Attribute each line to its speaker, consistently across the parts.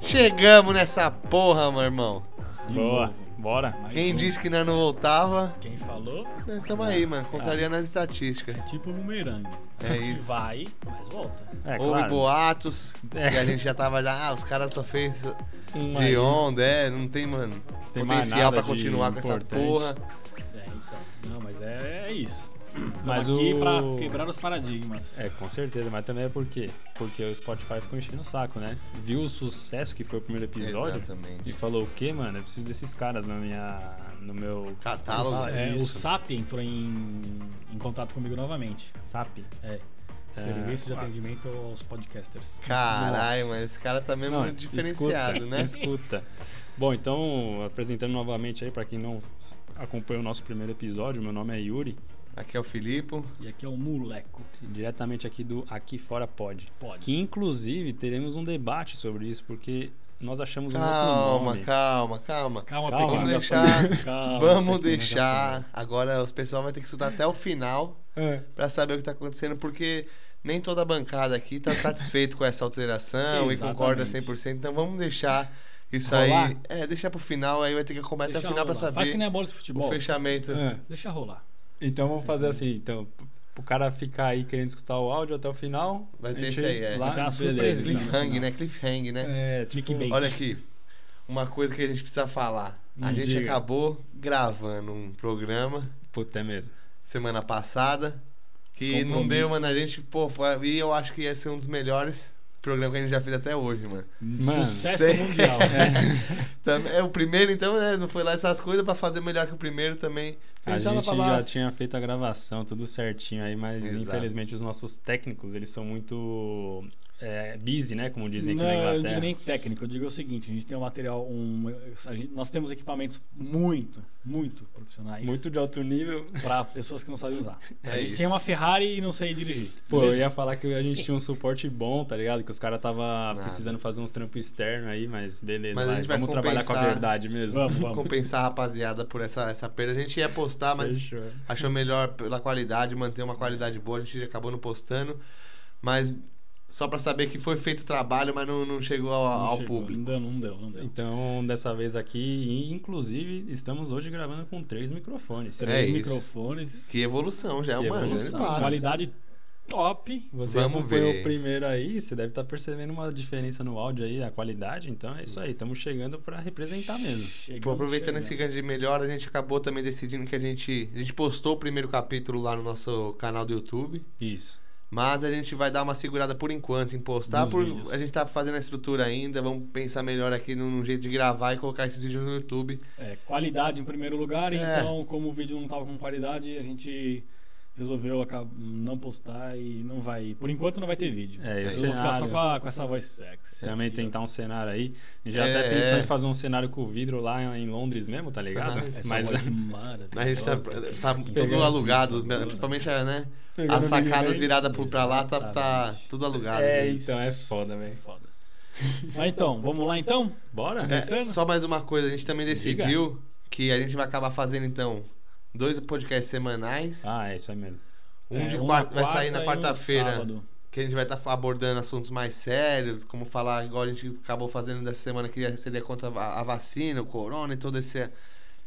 Speaker 1: Chegamos nessa porra, meu irmão.
Speaker 2: De
Speaker 3: Boa,
Speaker 2: novo.
Speaker 3: bora.
Speaker 2: Mais
Speaker 1: Quem
Speaker 2: um.
Speaker 1: disse que nós não voltava,
Speaker 2: Quem falou
Speaker 1: nós estamos aí, mano. Contraria
Speaker 3: Ah.
Speaker 1: nas estatísticas.
Speaker 2: é tipo bumerangue.
Speaker 1: É
Speaker 2: A gente
Speaker 1: isso.
Speaker 2: vai, mas volta.
Speaker 3: É,
Speaker 1: Houve
Speaker 3: claro.
Speaker 1: boatos,
Speaker 3: É.
Speaker 1: e a gente já tava já, ah, os caras só fez de
Speaker 3: aí.
Speaker 1: onda, é, não tem, mano,
Speaker 3: Tem mais
Speaker 1: potencial
Speaker 3: nada
Speaker 1: pra
Speaker 3: de
Speaker 1: continuar com essa
Speaker 3: importante.
Speaker 1: porra.
Speaker 2: É, então. Não, mas é, é isso.
Speaker 3: Mas
Speaker 2: Mas aqui
Speaker 3: o-
Speaker 2: pra quebrar os paradigmas.
Speaker 3: É, com certeza, mas também é porque porque o Spotify ficou enchendo o saco, né? Viu o sucesso que foi o primeiro episódio e
Speaker 1: Exatamente.
Speaker 3: falou o quê, mano? Eu preciso desses caras na minha no meu
Speaker 1: Catálogo.
Speaker 3: Ah,
Speaker 2: É, o
Speaker 3: isso.
Speaker 2: SAP entrou em, em contato comigo novamente.
Speaker 3: SAP.
Speaker 2: É.
Speaker 3: É,
Speaker 2: Serviço de
Speaker 3: ah.
Speaker 2: atendimento aos podcasters.
Speaker 1: Caralho, mas esse cara tá mesmo
Speaker 3: Não,
Speaker 1: diferenciado,
Speaker 3: escuta,
Speaker 1: né?
Speaker 3: Escuta. Bom, então, apresentando novamente aí pra quem não acompanhou o nosso primeiro episódio, meu nome é Yuri,
Speaker 1: Aqui é o Filipe.
Speaker 2: E aqui é o Muleco.
Speaker 3: diretamente aqui do Aqui Fora Pod.
Speaker 2: Pode.
Speaker 3: Que inclusive teremos um debate sobre isso, porque nós achamos um outro
Speaker 1: Calma,
Speaker 3: nome.
Speaker 1: calma, calma.
Speaker 2: Calma,
Speaker 3: Calma,
Speaker 2: pequena
Speaker 1: Vamos
Speaker 3: já
Speaker 1: deixar,
Speaker 2: família. Calma,
Speaker 1: vamos
Speaker 3: pequena
Speaker 1: deixar. Agora os pessoal vai ter que estudar até o final
Speaker 3: É,
Speaker 1: pra saber o que tá acontecendo, porque nem toda a bancada aqui tá satisfeito com essa alteração e
Speaker 3: Exatamente.
Speaker 1: concorda 100%, então vamos deixar isso
Speaker 3: Rolar?
Speaker 1: aí. É, deixar pro final, aí vai ter que acompanhar até o
Speaker 2: Deixa
Speaker 1: final pra
Speaker 2: rolar. Faz
Speaker 1: saber
Speaker 2: que nem a bola de
Speaker 1: o
Speaker 2: futebol.
Speaker 1: fechamento.
Speaker 3: É.
Speaker 2: Deixa rolar.
Speaker 3: Então vamos fazer assim, então, p- o cara ficar aí querendo escutar o áudio até o final.
Speaker 1: Vai
Speaker 3: a
Speaker 1: ter
Speaker 3: gente
Speaker 1: esse aí, é.
Speaker 3: Lá,
Speaker 2: Vai ter uma
Speaker 3: beleza. então.
Speaker 2: surpresinha.
Speaker 1: Cliffhang, né? Cliffhang, né?
Speaker 3: É, tipo,
Speaker 2: Clickbait.
Speaker 1: Olha aqui, uma coisa que a gente precisa falar. A
Speaker 3: Hum,
Speaker 1: gente
Speaker 3: diga.
Speaker 1: acabou gravando um programa
Speaker 3: Puta, é mesmo.
Speaker 1: semana passada que
Speaker 2: Compromisso.
Speaker 1: não deu, mano. A gente, pô, foi, e eu acho que ia ser um dos melhores programas que a gente já fez até hoje, mano.
Speaker 3: Mano,
Speaker 2: Sucesso
Speaker 1: sei.
Speaker 2: mundial.
Speaker 1: Também, é o primeiro, então, né? Não foi lá essas coisas pra fazer melhor que o primeiro também.
Speaker 3: A
Speaker 1: Então,
Speaker 3: gente
Speaker 1: ela fala,
Speaker 3: já tinha feito a gravação, tudo certinho aí, mas
Speaker 1: Exato.
Speaker 3: infelizmente os nossos técnicos, eles são muito é, busy, né? Como dizem aqui
Speaker 2: não,
Speaker 3: na
Speaker 2: eu não
Speaker 3: Inglaterra.
Speaker 2: digo nem técnico, eu digo o seguinte: a gente tem um material, um, a gente- nós temos equipamentos muito, muito profissionais.
Speaker 3: Muito de alto nível.
Speaker 2: para pessoas que não sabem usar.
Speaker 1: É
Speaker 2: a gente
Speaker 1: isso.
Speaker 2: tem uma Ferrari e não sei dirigir.
Speaker 3: Pô, eu
Speaker 2: beleza?
Speaker 3: ia falar que a gente tinha um suporte bom, tá ligado? Que os caras tava
Speaker 2: Ah.
Speaker 1: Nada.
Speaker 3: precisando fazer uns trampos externos aí, mas beleza.
Speaker 1: Mas a
Speaker 3: vai,
Speaker 1: gente vai
Speaker 3: vamos trabalhar com a
Speaker 1: compensar.
Speaker 3: verdade mesmo.
Speaker 2: Vamos, vamos.
Speaker 1: Compensar a rapaziada por essa, essa perda. A gente ia postar, mas
Speaker 3: Fechou.
Speaker 1: achou melhor pela qualidade, manter uma qualidade boa. A gente acabou não postando. Mas só pra saber que foi feito o trabalho, mas não, não chegou ao,
Speaker 2: Não
Speaker 1: ao
Speaker 2: chegou,
Speaker 1: público.
Speaker 2: Ainda não deu, não deu.
Speaker 3: Então, dessa vez aqui, e, inclusive, estamos hoje gravando com três microfones.
Speaker 1: É
Speaker 2: Três
Speaker 1: isso.
Speaker 2: microfones,
Speaker 1: Que evolução, já é
Speaker 3: Que
Speaker 1: uma grande
Speaker 3: evolução.
Speaker 1: passo.
Speaker 2: qualidade top.
Speaker 3: Você
Speaker 1: Vamos
Speaker 3: acompanhou
Speaker 1: ver.
Speaker 3: o primeiro aí, você deve estar percebendo uma diferença no áudio aí, a qualidade. Então, é isso aí, estamos chegando para representar mesmo.
Speaker 2: Chegamos,
Speaker 1: Pô, aproveitando esse
Speaker 2: chegamos.
Speaker 1: gancho de melhor, a gente acabou também decidindo que a gente. A gente postou o primeiro capítulo lá no nosso canal do YouTube.
Speaker 3: Isso.
Speaker 1: Mas a gente vai dar uma segurada por enquanto em postar.
Speaker 2: Nos
Speaker 1: por-
Speaker 2: vídeos.
Speaker 1: a gente tá fazendo a estrutura ainda. Vamos pensar melhor aqui num num jeito de gravar e colocar esses vídeos no YouTube.
Speaker 2: É, qualidade em primeiro lugar,
Speaker 1: É.
Speaker 2: então, como o vídeo não estava com qualidade, a gente resolveu acab- não postar e não vai. Por enquanto não vai ter vídeo.
Speaker 3: É,
Speaker 2: Eu
Speaker 3: esse
Speaker 2: vou ficar só
Speaker 3: cenário.
Speaker 2: com, a- com essa voz sexy.
Speaker 3: Também tentar um cenário aí. A gente já
Speaker 1: É,
Speaker 3: até pensou
Speaker 1: é.
Speaker 3: em fazer um cenário com vidro lá em Londres mesmo, tá ligado?
Speaker 1: Ah, essa
Speaker 3: Mas
Speaker 2: Essa voz
Speaker 1: A gente tá,
Speaker 2: maravilhosa.
Speaker 1: tá tudo
Speaker 2: Pegando-
Speaker 1: alugado, né? principalmente né? as sacadas viradas pro- pra lá, tá, tá
Speaker 2: Exatamente.
Speaker 1: tudo alugado.
Speaker 3: é,
Speaker 1: né?
Speaker 3: então é foda, velho.
Speaker 2: Foda. Mas então, vamos lá então?
Speaker 3: Bora?
Speaker 1: É, só mais uma coisa, a gente também
Speaker 3: Diga.
Speaker 1: decidiu que a gente vai acabar fazendo então dois podcasts semanais.
Speaker 3: Ah, é isso aí mesmo.
Speaker 1: Um
Speaker 2: É,
Speaker 1: de
Speaker 2: na
Speaker 1: quarta, vai sair
Speaker 2: quarta
Speaker 1: na
Speaker 2: e um
Speaker 1: quarta-feira.
Speaker 2: sábado.
Speaker 1: que a gente vai estar abordando assuntos mais sérios, como falar, igual a gente acabou fazendo dessa semana, que seria contra a a vacina, o corona e todos esse,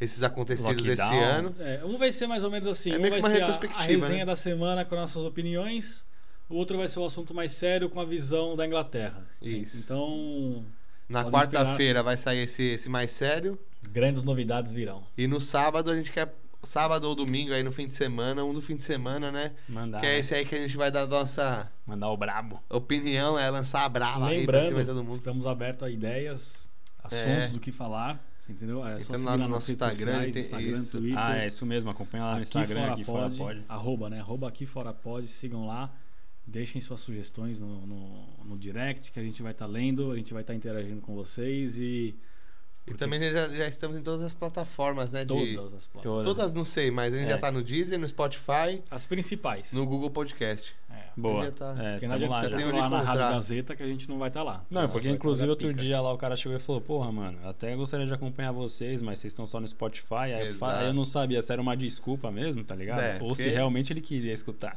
Speaker 1: esses acontecidos
Speaker 3: Lockdown.
Speaker 1: desse ano.
Speaker 2: É, um vai ser mais ou menos assim.
Speaker 1: É
Speaker 2: um
Speaker 1: meio
Speaker 2: vai
Speaker 1: que uma
Speaker 2: ser a- a,
Speaker 1: retrospectiva, né?
Speaker 2: resenha da semana com nossas opiniões. O outro vai ser o assunto mais sério com a visão da Inglaterra.
Speaker 1: Isso.
Speaker 2: Então,
Speaker 1: Na
Speaker 2: Podem
Speaker 1: quarta-feira vai sair esse, esse mais sério.
Speaker 2: grandes novidades virão.
Speaker 1: E no sábado a gente quer. Sábado ou domingo aí no fim de semana, um do fim de semana, né?
Speaker 3: Mandar,
Speaker 1: que é esse aí que a gente vai dar nossa
Speaker 3: mandar o brabo.
Speaker 1: opinião, é lançar a brava aí pra cima de todo
Speaker 2: Lembrando,
Speaker 1: mundo.
Speaker 2: estamos abertos a ideias, assuntos
Speaker 1: É.
Speaker 2: do que falar. você Entendeu? É só
Speaker 1: Entrando
Speaker 2: seguir
Speaker 1: lá
Speaker 2: lá
Speaker 1: no
Speaker 2: nas
Speaker 1: nosso
Speaker 2: redes
Speaker 1: Instagram,
Speaker 2: sociais,
Speaker 1: tem-
Speaker 2: Instagram,
Speaker 1: isso.
Speaker 2: Twitter.
Speaker 3: Ah, é isso mesmo. Acompanha lá no
Speaker 2: aqui
Speaker 3: Instagram,
Speaker 2: fora
Speaker 3: aqui
Speaker 2: pode,
Speaker 3: fora pode.
Speaker 2: Arroba, né? Arroba aqui fora pode. Sigam lá. Deixem suas sugestões no, no, no direct que a gente vai estar lendo, a gente vai estar interagindo com vocês e
Speaker 1: E também já, já estamos em todas as plataformas, né? De,
Speaker 2: todas as plataformas.
Speaker 3: Todas.
Speaker 1: todas, não sei, mas a gente
Speaker 3: É.
Speaker 1: já tá no Deezer, no Spotify,
Speaker 2: As principais.
Speaker 1: no Google Podcast.
Speaker 2: É.
Speaker 3: Boa.
Speaker 1: Já tá.
Speaker 3: É,
Speaker 2: Porque
Speaker 3: tamo
Speaker 2: não adianta
Speaker 3: lá
Speaker 2: você
Speaker 3: já.
Speaker 1: tem
Speaker 2: ter
Speaker 1: onde
Speaker 2: lá na Rádio
Speaker 1: encontrar.
Speaker 2: Gazeta que a gente não vai estar lá.
Speaker 3: Não, porque
Speaker 1: vai
Speaker 3: inclusive
Speaker 1: pagar
Speaker 3: outro
Speaker 1: pica.
Speaker 3: dia lá o cara chegou e falou: Porra, mano, até gostaria de acompanhar vocês, mas vocês estão só no Spotify. Aí eu, fa-
Speaker 1: Exato.
Speaker 3: aí eu não sabia se era uma desculpa mesmo, tá ligado?
Speaker 1: É,
Speaker 3: Ou se
Speaker 1: porque-
Speaker 3: realmente ele queria escutar.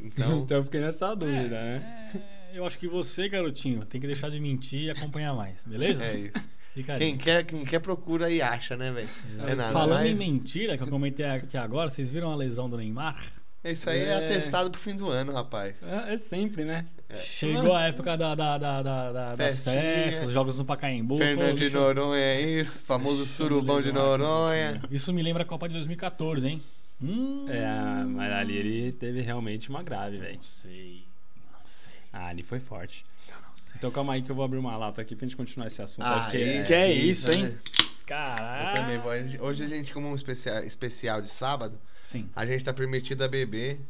Speaker 1: Então,
Speaker 3: É. eu fiquei nessa dúvida, né?
Speaker 2: É, eu acho que você, garotinho, tem que deixar de mentir e acompanhar mais, beleza?
Speaker 1: É isso.
Speaker 2: Fica aí.
Speaker 1: Quem quer, quem quer procura e acha, né, velho? É nada.
Speaker 2: Falando em
Speaker 1: mas
Speaker 2: mentira, que eu comentei aqui agora, vocês viram a lesão do Neymar?
Speaker 1: Isso aí é...
Speaker 3: É.
Speaker 1: atestado pro fim do ano, rapaz.
Speaker 3: É, é sempre, né?
Speaker 2: Chegou a época da, da, da, da- da- das
Speaker 1: Festinha.
Speaker 2: festas, os jogos no Pacaembu. um falou,
Speaker 1: Fernando de
Speaker 2: deixa eu-
Speaker 1: Noronha é isso, famoso
Speaker 2: deixa eu
Speaker 1: surubão de
Speaker 2: levar
Speaker 1: Noronha.
Speaker 2: Isso me lembra a Copa de 2014, hein? Hum,
Speaker 3: É, mas ali ele teve realmente uma grave, velho.
Speaker 2: Não sei, não sei,
Speaker 3: Ah, ali foi forte.
Speaker 2: não sei.
Speaker 3: Então calma aí que eu vou abrir uma lata aqui pra gente continuar esse assunto.
Speaker 1: Ah,
Speaker 3: porque,
Speaker 1: é,
Speaker 3: que é
Speaker 1: isso,
Speaker 3: isso, hein?
Speaker 1: né? Eu
Speaker 3: Caralho.
Speaker 2: Ah.
Speaker 1: também vou. Hoje a gente, como um especial, especial de sábado,
Speaker 2: Sim,
Speaker 1: a gente tá permitido a beber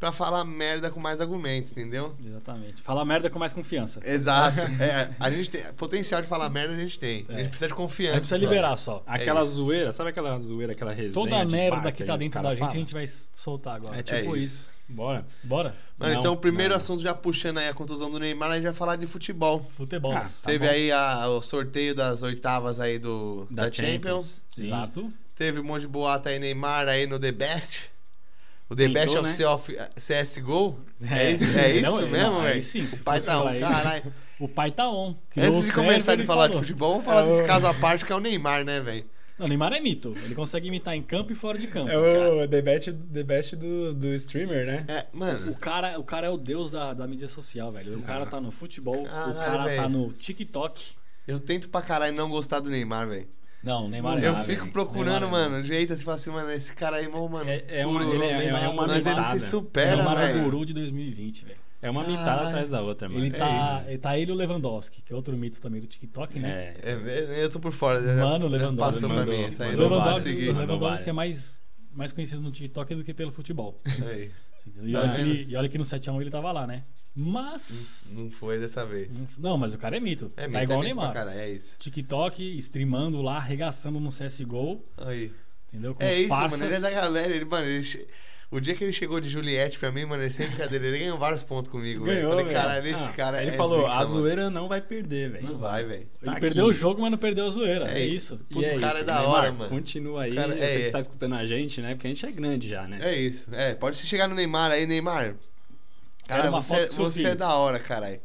Speaker 1: pra falar merda com mais argumento, entendeu?
Speaker 2: exatamente. Fala merda com mais confiança.
Speaker 1: Exato. É, a gente tem. Potencial de falar merda a gente tem. A
Speaker 2: É.
Speaker 1: gente precisa de confiança.
Speaker 2: Aí precisa
Speaker 1: só.
Speaker 2: liberar só.
Speaker 3: Aquela
Speaker 1: isso.
Speaker 3: zoeira, sabe aquela zoeira, aquela resenha?
Speaker 2: É Toda a
Speaker 3: de
Speaker 2: merda
Speaker 3: bar
Speaker 2: que
Speaker 3: aí
Speaker 2: tá
Speaker 3: os
Speaker 2: dentro
Speaker 3: caras
Speaker 2: da gente, a
Speaker 3: falam?
Speaker 2: gente vai soltar agora.
Speaker 3: É tipo
Speaker 1: É
Speaker 3: isso. Bora.
Speaker 2: Bora?
Speaker 1: Mano,
Speaker 3: Não,
Speaker 1: então, o primeiro
Speaker 3: não.
Speaker 1: assunto, já puxando aí a contusão do Neymar, a gente vai falar de futebol.
Speaker 2: Futebol.
Speaker 3: Ah, tá
Speaker 1: Teve
Speaker 3: bom.
Speaker 1: aí a- o sorteio das oitavas aí do, da, Champions.
Speaker 3: Sim.
Speaker 2: Exato.
Speaker 1: Teve um monte de boato aí, Neymar aí no The Best. O The Best
Speaker 3: Tentou,
Speaker 1: of
Speaker 3: né?
Speaker 1: CF CSGO. É,
Speaker 2: É.
Speaker 1: isso, é
Speaker 2: Não,
Speaker 1: isso
Speaker 2: não,
Speaker 1: mesmo,
Speaker 2: aí
Speaker 1: velho?
Speaker 2: sim, se
Speaker 1: O pai
Speaker 2: fosse
Speaker 1: tá
Speaker 2: pra
Speaker 1: um
Speaker 2: ele.
Speaker 1: caralho.
Speaker 2: O pai tá on. Criou
Speaker 1: Antes de
Speaker 2: o
Speaker 1: começar
Speaker 2: cérebro,
Speaker 1: de
Speaker 2: ele
Speaker 1: falar de
Speaker 2: falou.
Speaker 1: futebol, vamos falar desse caso à parte que é o Neymar, né, velho?
Speaker 2: Não, o Neymar é mito. Ele consegue imitar em campo e fora de campo.
Speaker 3: É o The Best, the best do, do streamer, né?
Speaker 1: É,
Speaker 2: O
Speaker 1: mano,
Speaker 2: cara, o cara é o deus da, da mídia social, velho. O cara tá no futebol,
Speaker 1: Caralho,
Speaker 2: o cara
Speaker 1: velho.
Speaker 2: tá no TikTok.
Speaker 1: eu tento pra caralho não gostar do Neymar, velho.
Speaker 2: Não, o Neymar é
Speaker 1: Eu
Speaker 2: nada,
Speaker 1: fico
Speaker 2: velho.
Speaker 1: procurando,
Speaker 2: Neymar é
Speaker 1: mano, jeito assim, falo assim, mano, esse cara aí, mano.
Speaker 3: É, é uma,
Speaker 1: puro,
Speaker 3: ele é, é uma
Speaker 1: mas ele
Speaker 3: mitada.
Speaker 1: se
Speaker 2: nada.
Speaker 1: supera,
Speaker 2: Neymar é o
Speaker 1: velho.
Speaker 2: guru de 2020, velho.
Speaker 3: É uma mitada
Speaker 1: Caralho.
Speaker 3: atrás da outra, mano.
Speaker 2: Ele,
Speaker 1: É
Speaker 2: tá,
Speaker 1: isso.
Speaker 2: ele tá ele e o Lewandowski, que é outro mito também do TikTok, né?
Speaker 3: É.
Speaker 1: É, mesmo? eu tô por fora. Já,
Speaker 2: Mano, o
Speaker 1: já
Speaker 2: Lewandowski
Speaker 1: Passou pra
Speaker 3: mandou-
Speaker 1: mim essa aí.
Speaker 2: O
Speaker 1: Não
Speaker 3: mandou
Speaker 1: vou
Speaker 3: vários.
Speaker 2: É, Lewandowski,
Speaker 1: seguir.
Speaker 2: o
Speaker 3: Mandou
Speaker 2: Lewandowski é
Speaker 3: várias.
Speaker 2: mais, mais conhecido no TikTok do que pelo futebol.
Speaker 1: Aí,
Speaker 2: E,
Speaker 1: Tá
Speaker 2: olha que
Speaker 1: vendo?
Speaker 2: ele- e olha que no 7x1 ele tava lá, né? Mas.
Speaker 1: Não foi dessa vez.
Speaker 2: Não, mas o cara é mito.
Speaker 1: É,
Speaker 2: tá
Speaker 1: mito,
Speaker 2: igual
Speaker 1: é
Speaker 2: o
Speaker 1: mito pra
Speaker 2: Neymar.
Speaker 1: caralho, é isso.
Speaker 2: TikTok, streamando lá, arregaçando no CSGO,
Speaker 1: Aí.
Speaker 2: entendeu? Com
Speaker 1: É
Speaker 2: os
Speaker 1: isso,
Speaker 2: parças.
Speaker 1: mano. Ele é da galera. Ele, mano, ele che- o dia que ele chegou de Juliette pra mim, mano, ele sem brincadeira, ele ganhou vários pontos comigo, velho. Eu
Speaker 3: Ganhou,
Speaker 1: Falei,
Speaker 3: velho.
Speaker 1: caralho, esse
Speaker 3: Ah,
Speaker 1: cara
Speaker 3: Ele
Speaker 1: é
Speaker 3: falou,
Speaker 1: zica,
Speaker 3: a
Speaker 1: mano."
Speaker 3: zoeira não vai perder, velho.
Speaker 1: Não vai, velho.
Speaker 2: Ele
Speaker 3: Tá
Speaker 2: perdeu
Speaker 3: aqui.
Speaker 2: o jogo, mas não perdeu a zoeira. É,
Speaker 1: É,
Speaker 2: isso.
Speaker 1: Puta,
Speaker 3: E
Speaker 1: o cara é da
Speaker 3: Neymar,
Speaker 1: hora, mano.
Speaker 3: Continua aí.
Speaker 1: Cara,
Speaker 3: eu
Speaker 1: é,
Speaker 3: sei que
Speaker 1: é.
Speaker 3: você tá escutando a gente, né? Porque a gente é grande já, né?
Speaker 1: É isso. É, pode chegar no Neymar aí, Neymar. Cara,
Speaker 2: Cara, uma
Speaker 1: você,
Speaker 2: foto com seu
Speaker 1: você é
Speaker 2: filho.
Speaker 1: da hora, caralho.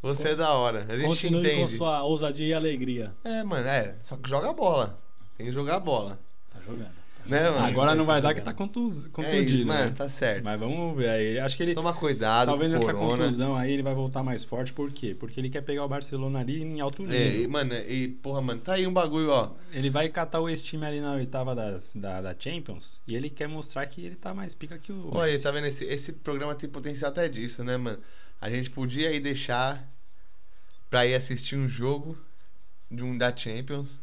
Speaker 1: Você é da hora. A gente te
Speaker 2: Continue com
Speaker 1: entende.
Speaker 2: sua ousadia e alegria.
Speaker 1: É, mano, é. Só que joga bola. Tem que jogar bola.
Speaker 2: Tá jogando.
Speaker 1: Né, mano?
Speaker 3: Agora não vai
Speaker 2: tá
Speaker 3: dar que tá
Speaker 2: jogando.
Speaker 3: contus,
Speaker 1: é isso,
Speaker 3: contundido.
Speaker 1: mano,
Speaker 3: né?
Speaker 1: tá certo.
Speaker 3: Mas vamos ver aí. Acho que ele.
Speaker 1: Toma cuidado
Speaker 3: Talvez
Speaker 1: com
Speaker 3: nessa
Speaker 1: corona.
Speaker 3: conclusão aí ele vai voltar mais forte, por quê? Porque ele quer pegar o Barcelona ali em alto
Speaker 1: É, e,
Speaker 3: nível.
Speaker 1: mano, e porra, mano, tá aí um bagulho, ó.
Speaker 3: Ele vai catar o ex-time ali na oitava das, da, da Champions e ele quer mostrar que ele tá mais pica que o.
Speaker 1: Olha aí,
Speaker 3: Messi.
Speaker 1: tá vendo? Esse, esse programa tem potencial até disso, né, mano? A gente podia aí deixar pra ir assistir um jogo de um da Champions.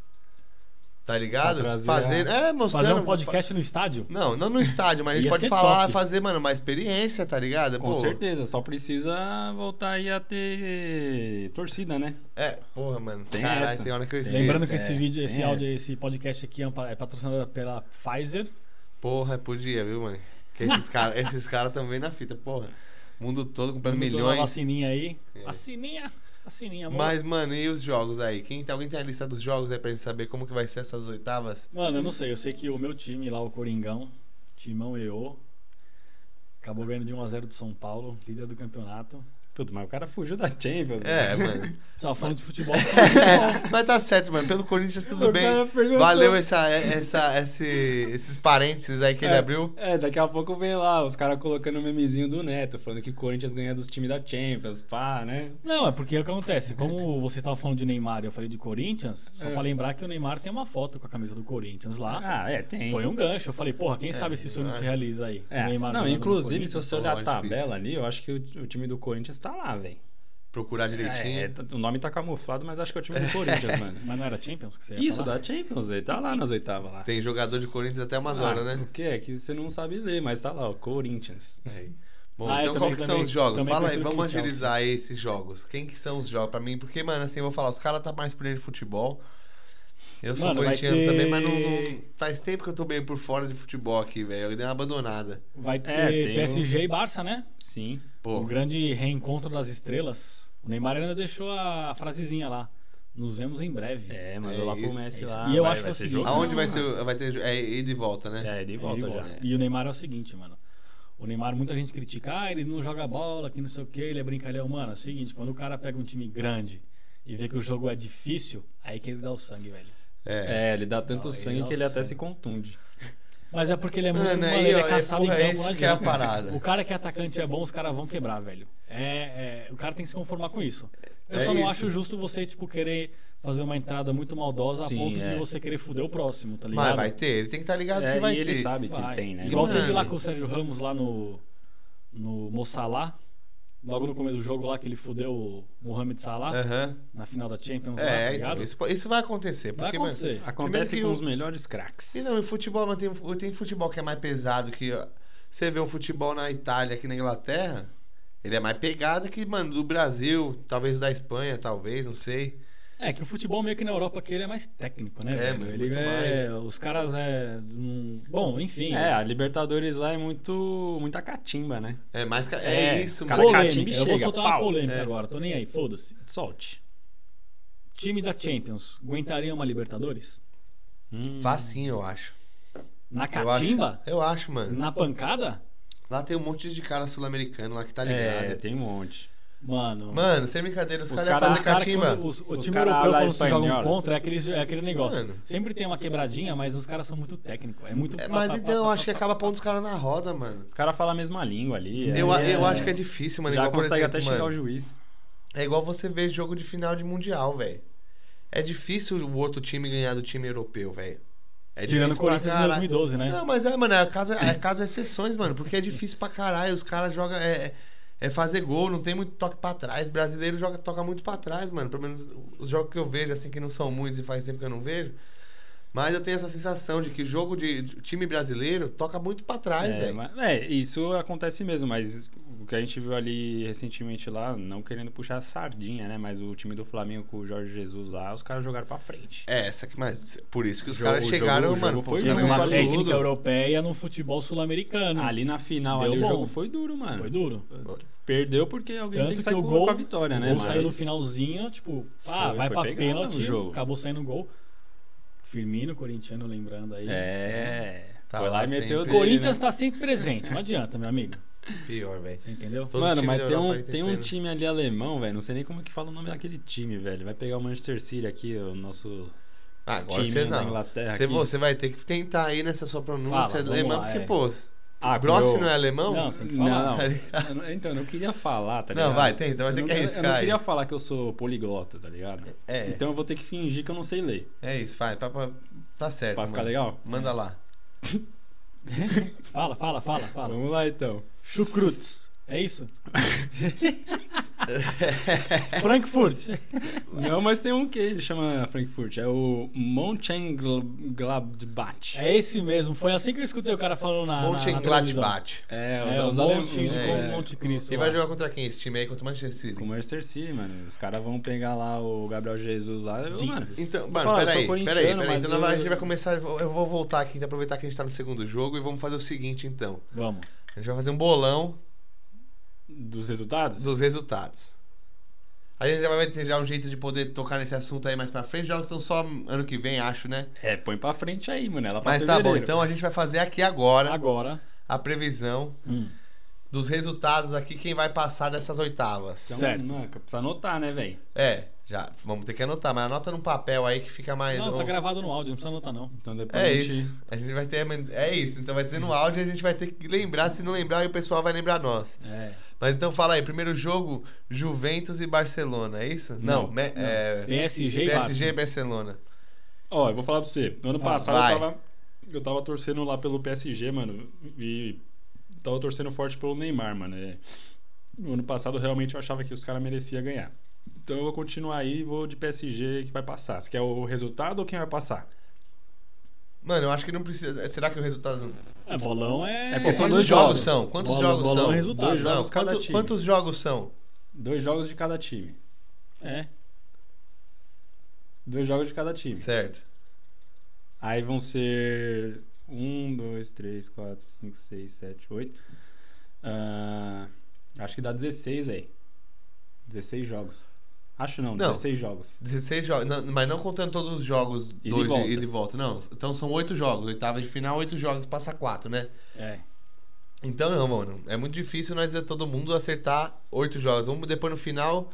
Speaker 1: Tá ligado?
Speaker 3: Pra trazer
Speaker 1: Fazer. É, mostrando.
Speaker 2: Fazer um podcast no estádio?
Speaker 1: Não, não no estádio, mas a gente
Speaker 2: Ia
Speaker 1: pode
Speaker 2: ser
Speaker 1: falar,
Speaker 2: top.
Speaker 1: fazer, mano, uma experiência, tá ligado?
Speaker 3: Com
Speaker 1: Pô,
Speaker 3: certeza, só precisa voltar aí a ter torcida, né?
Speaker 1: É, porra, mano.
Speaker 3: Tem
Speaker 1: caralho,
Speaker 3: essa.
Speaker 1: tem hora que eu esqueço.
Speaker 2: Lembrando que
Speaker 3: É,
Speaker 2: esse vídeo, esse
Speaker 3: tem
Speaker 2: áudio,
Speaker 3: essa.
Speaker 2: esse podcast aqui é pa- é patrocinado pela Pfizer.
Speaker 1: Porra, podia, viu, mano? Que esses caras esses cara também na fita, porra. Mundo todo comprando
Speaker 2: Mandou uma
Speaker 1: milhões.
Speaker 3: assim,
Speaker 2: Vacininha aí.
Speaker 1: É.
Speaker 2: Vacininha. Vacininha, amor.
Speaker 1: Mas, mano, e os jogos aí? Quem, alguém tem a lista dos jogos aí pra gente saber como que vai ser essas oitavas?
Speaker 2: Mano, eu não sei. Eu sei que o meu time lá, o Coringão, Timão EO, acabou ganhando de 1x0 do São Paulo, líder do campeonato.
Speaker 3: Puta, mas o cara fugiu da Champions. né?
Speaker 1: É,
Speaker 3: velho.
Speaker 1: mano.
Speaker 2: Tava falando de futebol.
Speaker 1: É, mas tá certo, mano. Pelo Corinthians, tudo
Speaker 3: O
Speaker 1: bem.
Speaker 3: cara perguntou.
Speaker 1: Valeu essa, essa, esse, esses parênteses aí que ele
Speaker 3: É,
Speaker 1: abriu.
Speaker 3: É, daqui a pouco vem lá os caras colocando o memezinho do Neto, falando que o Corinthians ganha dos times da Champions, pá, né?
Speaker 2: Não, é porque o que acontece? Como você tava falando de Neymar e eu falei de Corinthians, só
Speaker 3: É.
Speaker 2: pra lembrar que o Neymar tem uma foto com a camisa do Corinthians lá.
Speaker 3: Ah, é, tem.
Speaker 2: Foi um gancho. Eu falei, porra, quem sabe esse sonho
Speaker 1: é.
Speaker 2: se realiza aí?
Speaker 3: É.
Speaker 2: O Neymar
Speaker 3: Não,
Speaker 2: jogando no
Speaker 3: inclusive, se
Speaker 2: Corinthians.
Speaker 3: você
Speaker 1: pô,
Speaker 3: olhar a
Speaker 1: é
Speaker 3: tabela
Speaker 1: difícil.
Speaker 3: ali, eu acho que o, o time do Corinthians tá lá, velho.
Speaker 1: Procurar direitinho.
Speaker 3: É, t- o nome tá camuflado, mas acho que é o time do Corinthians, mano.
Speaker 2: Mas não era Champions que você ia
Speaker 3: Isso,
Speaker 2: falar?
Speaker 3: da Champions, ele tá lá nas oitavas lá.
Speaker 1: Tem jogador de Corinthians até umas horas,
Speaker 3: O
Speaker 1: né?
Speaker 3: que é que você não sabe ler, mas tá lá, o Corinthians.
Speaker 1: Aí. Bom,
Speaker 2: Ah, eu
Speaker 1: então
Speaker 2: também-
Speaker 1: qual que são
Speaker 2: também-
Speaker 1: os jogos?
Speaker 2: também então.
Speaker 1: Fala aí,
Speaker 2: prefiro
Speaker 1: vamos
Speaker 2: que o Chelsea.
Speaker 1: agilizar aí esses jogos. Quem que são os jogos pra mim? Porque, mano, assim, eu vou falar, os caras tá mais por dentro de futebol. Eu sou
Speaker 2: Mano, vai
Speaker 1: corintiano também, mas não,
Speaker 2: ter-
Speaker 1: não- Faz tempo que eu tô bem por fora de futebol aqui, velho. Eu dei uma abandonada.
Speaker 2: Vai ter
Speaker 3: É, tem um- o-
Speaker 2: PSG e Barça, né?
Speaker 3: Sim.
Speaker 1: Pô,
Speaker 2: O grande reencontro das estrelas. O Neymar ainda deixou a frasezinha lá. Nos vemos em breve.
Speaker 3: É,
Speaker 1: É
Speaker 3: mandou lá pro
Speaker 1: isso,
Speaker 3: Messi
Speaker 2: é isso.
Speaker 3: lá.
Speaker 2: E eu
Speaker 3: vai-
Speaker 2: acho que
Speaker 3: vai
Speaker 2: é o
Speaker 3: ser
Speaker 2: seguinte-
Speaker 3: jogo.
Speaker 1: aonde
Speaker 2: não,
Speaker 1: vai ser. Vai ter. É ida e volta, né?
Speaker 3: É, ele volta
Speaker 2: Ele
Speaker 3: já.
Speaker 2: volta. E o Neymar é o seguinte, mano. O Neymar, muita gente critica, ah, ele não joga bola, que não sei o que, ele é brincalhão. Mano, é o seguinte, quando o cara pega um time grande e vê que o jogo é difícil, aí que ele dá o sangue, velho. tá
Speaker 1: É.
Speaker 3: É, ele dá tanto
Speaker 2: Não, ele
Speaker 3: sangue
Speaker 2: dá
Speaker 3: que ele
Speaker 2: o
Speaker 3: até
Speaker 2: sangue.
Speaker 3: se contunde.
Speaker 2: Mas é porque ele é muito.
Speaker 1: Mano,
Speaker 2: Mano,
Speaker 1: aí,
Speaker 2: ele
Speaker 1: ó,
Speaker 2: é caçado
Speaker 1: é, porra,
Speaker 2: em
Speaker 1: é
Speaker 2: campo,
Speaker 1: isso
Speaker 2: não
Speaker 1: que é a
Speaker 2: adianta.
Speaker 1: parada.
Speaker 2: O cara que é atacante é bom, os caras vão quebrar, velho. É, é, o cara tem que se conformar com isso. Eu
Speaker 1: É
Speaker 2: só não
Speaker 1: isso.
Speaker 2: acho justo você, tipo, querer fazer uma entrada muito maldosa
Speaker 3: Sim,
Speaker 2: a ponto
Speaker 3: é.
Speaker 2: de você querer foder o próximo, tá ligado?
Speaker 1: Mas vai ter, ele tem que estar ligado
Speaker 3: É,
Speaker 1: que vai
Speaker 3: e ele
Speaker 1: ter.
Speaker 3: sabe que
Speaker 2: Vai.
Speaker 3: tem, né?
Speaker 2: Igual
Speaker 1: Mano.
Speaker 2: teve lá com o Sérgio Ramos lá no, no Mossalá, logo no começo do jogo lá que ele fudeu o Mohamed Salah
Speaker 1: Aham.
Speaker 2: na final da Champions. lá, tá
Speaker 1: É, então,
Speaker 2: ligado?
Speaker 1: isso, po- isso vai acontecer.
Speaker 2: Vai
Speaker 1: Porque,
Speaker 2: acontecer.
Speaker 1: Mano,
Speaker 3: Acontece
Speaker 1: primeiro
Speaker 3: com
Speaker 1: que
Speaker 3: os
Speaker 1: o-
Speaker 3: melhores craques.
Speaker 1: E não, e futebol, mas tem, tem futebol que é mais pesado que. ó, Você vê um futebol na Itália, aqui na Inglaterra, ele é mais pegado que, mano, do Brasil, talvez da Espanha, talvez, não sei.
Speaker 2: É que o futebol meio que na Europa que ele é mais técnico, né?
Speaker 1: É,
Speaker 2: velho?
Speaker 1: mano,
Speaker 2: Ele
Speaker 1: muito
Speaker 2: é-
Speaker 1: mais.
Speaker 2: Os caras é. hum, Bom, enfim.
Speaker 3: É, a Libertadores lá é muito muita catimba, né?
Speaker 1: É mais. ca- É,
Speaker 3: É, os
Speaker 1: isso,
Speaker 3: cara
Speaker 1: mano.
Speaker 3: Polêmica.
Speaker 2: polêmica.
Speaker 3: Catimbi
Speaker 2: Eu vou
Speaker 3: chega,
Speaker 2: soltar
Speaker 3: pau.
Speaker 2: uma polêmica
Speaker 1: É.
Speaker 2: agora, tô nem aí, foda-se.
Speaker 3: Solte.
Speaker 2: Time da Champions, aguentaria uma Libertadores?
Speaker 3: Hum.
Speaker 1: Facinho, eu acho.
Speaker 2: Na
Speaker 1: Eu acho,
Speaker 2: catimba?
Speaker 1: eu acho, mano.
Speaker 2: Na pancada?
Speaker 1: Lá tem um monte de cara sul-americano lá que tá ligado.
Speaker 3: É, tem um monte.
Speaker 2: Mano.
Speaker 1: Mano, sem brincadeira, os,
Speaker 3: Os
Speaker 1: caras iam
Speaker 3: caras-
Speaker 1: fazer
Speaker 2: os cara que
Speaker 1: catimba.
Speaker 2: quando os- o
Speaker 3: Os
Speaker 2: time
Speaker 3: cara
Speaker 2: europeu
Speaker 3: lá
Speaker 2: quando se jogam
Speaker 3: espanhola.
Speaker 2: contra é aquele, é aquele negócio.
Speaker 1: Mano.
Speaker 2: Sempre tem uma quebradinha, mas os caras são muito técnicos. É muito.
Speaker 1: É, mas
Speaker 2: pá, pá,
Speaker 1: então, eu
Speaker 2: pá,
Speaker 1: acho que
Speaker 2: pá, pá,
Speaker 1: acaba pondo os caras na roda, mano.
Speaker 3: Os caras falam a mesma língua ali. é-
Speaker 1: Eu,
Speaker 2: é,
Speaker 1: eu
Speaker 2: é.
Speaker 1: acho que é difícil, mano.
Speaker 3: já
Speaker 1: igual, por
Speaker 3: consegue
Speaker 1: exemplo,
Speaker 3: até chegar
Speaker 1: mano,
Speaker 3: o juiz.
Speaker 1: É igual você ver jogo de final de mundial, velho. É difícil o outro time ganhar do time europeu, velho. É
Speaker 2: Tirando o
Speaker 1: difícil pra
Speaker 2: Corinthians em
Speaker 1: caralho.
Speaker 2: 2012, né?
Speaker 1: Não, mas é, mano, é caso, é caso exceções, mano, porque é difícil pra caralho. Os caras jogam. É, é fazer gol, não tem muito toque pra trás. Brasileiro joga, toca muito pra trás, mano. Pelo menos os jogos que eu vejo, assim, que não são muitos e faz tempo que eu não vejo. Mas eu tenho essa sensação de que jogo de, de time brasileiro toca muito pra trás,
Speaker 3: é,
Speaker 1: velho.
Speaker 3: mas- é, isso acontece mesmo, mas o que a gente viu ali recentemente lá, não querendo puxar a sardinha, né? Mas o time do Flamengo com o Jorge Jesus lá, os caras jogaram pra frente.
Speaker 1: É, essa que mais. Por isso que os
Speaker 3: Jogo-
Speaker 1: caras chegaram,
Speaker 3: jogo-
Speaker 1: mano. é
Speaker 3: jogo foi
Speaker 1: os
Speaker 2: Teve
Speaker 1: caras
Speaker 3: duro.
Speaker 2: uma
Speaker 1: ganharam
Speaker 2: técnica
Speaker 1: tudo.
Speaker 2: europeia no futebol sul-americano.
Speaker 3: Ali na final,
Speaker 2: Deu
Speaker 3: ali
Speaker 2: bom.
Speaker 3: o jogo foi duro, Ah, mano.
Speaker 2: Foi duro.
Speaker 3: Perdeu porque alguém tem
Speaker 2: Tanto
Speaker 3: que
Speaker 2: que
Speaker 3: sair
Speaker 2: o
Speaker 3: com,
Speaker 2: gol
Speaker 3: com a vitória,
Speaker 2: o
Speaker 3: né?
Speaker 2: gol
Speaker 3: Mas-
Speaker 2: saiu no finalzinho, tipo, ah,
Speaker 3: Foi-
Speaker 2: vai
Speaker 3: foi
Speaker 2: pra
Speaker 3: pegado
Speaker 2: pênalti,
Speaker 3: o jogo.
Speaker 2: acabou saindo gol. Firmino, corintiano, lembrando aí.
Speaker 3: É.
Speaker 1: Tá
Speaker 3: foi lá
Speaker 1: lá
Speaker 3: e meteu o
Speaker 1: sempre.
Speaker 2: O
Speaker 3: dele,
Speaker 2: Corinthians
Speaker 3: né?
Speaker 2: tá sempre presente, não adianta, meu amigo.
Speaker 1: Pior, velho.
Speaker 2: Você entendeu?
Speaker 1: Todo
Speaker 3: Mano,
Speaker 1: time
Speaker 3: mas
Speaker 1: da
Speaker 3: tem
Speaker 1: Europa
Speaker 3: um,
Speaker 1: aí tem
Speaker 3: tem um
Speaker 1: treino.
Speaker 3: time ali alemão, velho. Não sei nem como que fala o nome daquele time, velho. Vai pegar o Manchester City aqui, o nosso
Speaker 1: Ah, agora
Speaker 3: time
Speaker 1: você
Speaker 3: da
Speaker 1: não.
Speaker 3: Inglaterra.
Speaker 1: Você,
Speaker 3: aqui.
Speaker 1: você vai ter que tentar aí nessa sua
Speaker 2: Fala,
Speaker 1: pronúncia
Speaker 2: vamos
Speaker 1: alemã,
Speaker 2: lá,
Speaker 1: porque,
Speaker 2: é.
Speaker 1: pô.
Speaker 3: Ah,
Speaker 1: Grossi
Speaker 3: meu-
Speaker 1: não é alemão?
Speaker 2: Não,
Speaker 1: Não, tá
Speaker 2: você tem que
Speaker 3: Não,
Speaker 2: falar.
Speaker 3: não. Então, eu não queria falar, tá ligado?
Speaker 1: Não, vai, tenta, vai
Speaker 3: Eu
Speaker 1: ter
Speaker 3: não-
Speaker 1: que arriscar
Speaker 3: Eu não
Speaker 1: aí.
Speaker 3: queria falar que eu sou poliglota, tá ligado?
Speaker 1: É,
Speaker 3: Então eu vou ter que fingir que eu não sei ler.
Speaker 1: é isso, vai. Pra, pra- tá certo.
Speaker 3: Pra ficar
Speaker 1: mano.
Speaker 3: legal?
Speaker 1: Manda lá.
Speaker 2: Fala, fala, fala, fala.
Speaker 3: Vamos lá então.
Speaker 2: Chucrutz, é isso? Frankfurt.
Speaker 3: Não, mas tem um que ele chama Frankfurt. É o Mönchengladbach.
Speaker 2: É esse mesmo, foi assim que eu escutei o cara falando
Speaker 3: Ah,
Speaker 2: na. na-
Speaker 1: Monte
Speaker 2: na
Speaker 1: Gladbach.
Speaker 3: É, os,
Speaker 2: televisão. É,
Speaker 3: os
Speaker 2: o Monte,
Speaker 3: alemães.
Speaker 1: é.
Speaker 2: Monte Cristo.
Speaker 1: E vai
Speaker 2: lá.
Speaker 1: jogar contra quem esse time aí? Contra o Manchester City.
Speaker 3: Com o Mercer City, mano. Os caras vão pegar lá o Gabriel Jesus lá. Eu,
Speaker 2: Jesus.
Speaker 3: mano,
Speaker 1: Então,
Speaker 3: vou
Speaker 1: mano,
Speaker 3: falar, eu sou
Speaker 1: peraí, peraí, peraí.
Speaker 3: corintiano, mas
Speaker 1: Então na verdade,
Speaker 3: eu-
Speaker 1: a gente vai começar. Eu vou- eu vou voltar aqui, então, aproveitar que a gente tá no segundo jogo e vamos fazer o seguinte, então.
Speaker 2: Vamos.
Speaker 1: A gente vai fazer um bolão
Speaker 3: Dos resultados?
Speaker 1: dos resultados. A gente já vai ter já um jeito de poder tocar nesse assunto aí mais pra frente. Jogos são só ano que vem, acho, né?
Speaker 3: É, põe pra frente aí, mano. Ela
Speaker 1: Mas tá bom, então a gente vai fazer aqui agora
Speaker 2: Agora.
Speaker 1: a previsão dos resultados aqui, quem vai passar dessas oitavas.
Speaker 3: certo.
Speaker 2: Certo.
Speaker 3: Não, precisa anotar, né, velho?
Speaker 1: É, já. Vamos ter que anotar, mas anota num papel aí que fica mais.
Speaker 2: Não,
Speaker 1: um-
Speaker 2: tá gravado no áudio, não precisa anotar, não.
Speaker 3: Então depois
Speaker 1: É
Speaker 3: a gente...
Speaker 1: isso. A gente vai ter. É isso. Então vai ser no áudio e a gente vai ter que lembrar. Se não lembrar, aí o pessoal vai lembrar nós.
Speaker 2: É.
Speaker 1: Mas então fala aí, primeiro jogo, Juventus e Barcelona, é isso?
Speaker 2: Não,
Speaker 1: me- é,
Speaker 2: PSG e
Speaker 1: PSG e Barcelona.
Speaker 3: Ó, eu vou falar pra você. No ano
Speaker 2: Fala.
Speaker 3: passado
Speaker 1: Vai.
Speaker 3: eu tava, eu tava torcendo lá pelo PSG, mano. E tava torcendo forte pelo Neymar, mano. É. No ano passado realmente eu achava que os caras mereciam ganhar. Então eu vou continuar aí e vou de PSG que vai passar. Você quer o resultado ou quem vai passar?
Speaker 1: Mano, eu acho que não precisa. Será que o resultado.
Speaker 2: É, bolão é.
Speaker 3: É porque são
Speaker 1: Quantos
Speaker 3: dois jogos.
Speaker 1: são? Quantos
Speaker 2: Bola-
Speaker 1: jogos
Speaker 2: bolão
Speaker 1: são?
Speaker 2: é resultado.
Speaker 1: Dois
Speaker 3: Dois
Speaker 1: jogos
Speaker 3: jogos cada
Speaker 1: quanto,
Speaker 3: time.
Speaker 1: Quantos jogos são?
Speaker 3: Dois jogos de cada time.
Speaker 2: É.
Speaker 3: Dois jogos de cada time.
Speaker 1: Certo.
Speaker 3: Aí vão ser 1, 2, 3, 4, 5, 6, 7, 8. Ah, acho que dá 16, velho. 16 jogos. Acho não,
Speaker 1: Não.
Speaker 3: 16 jogos.
Speaker 1: 16 jogos, não, mas não contando todos os jogos,
Speaker 3: de
Speaker 1: dois de
Speaker 3: volta.
Speaker 1: ida e volta, não. Então são oito jogos, oitava de final, oito jogos, passa quatro, né?
Speaker 2: É.
Speaker 1: Então não, mano. É muito difícil nós, todo mundo, acertar oito jogos. Vamos depois no final.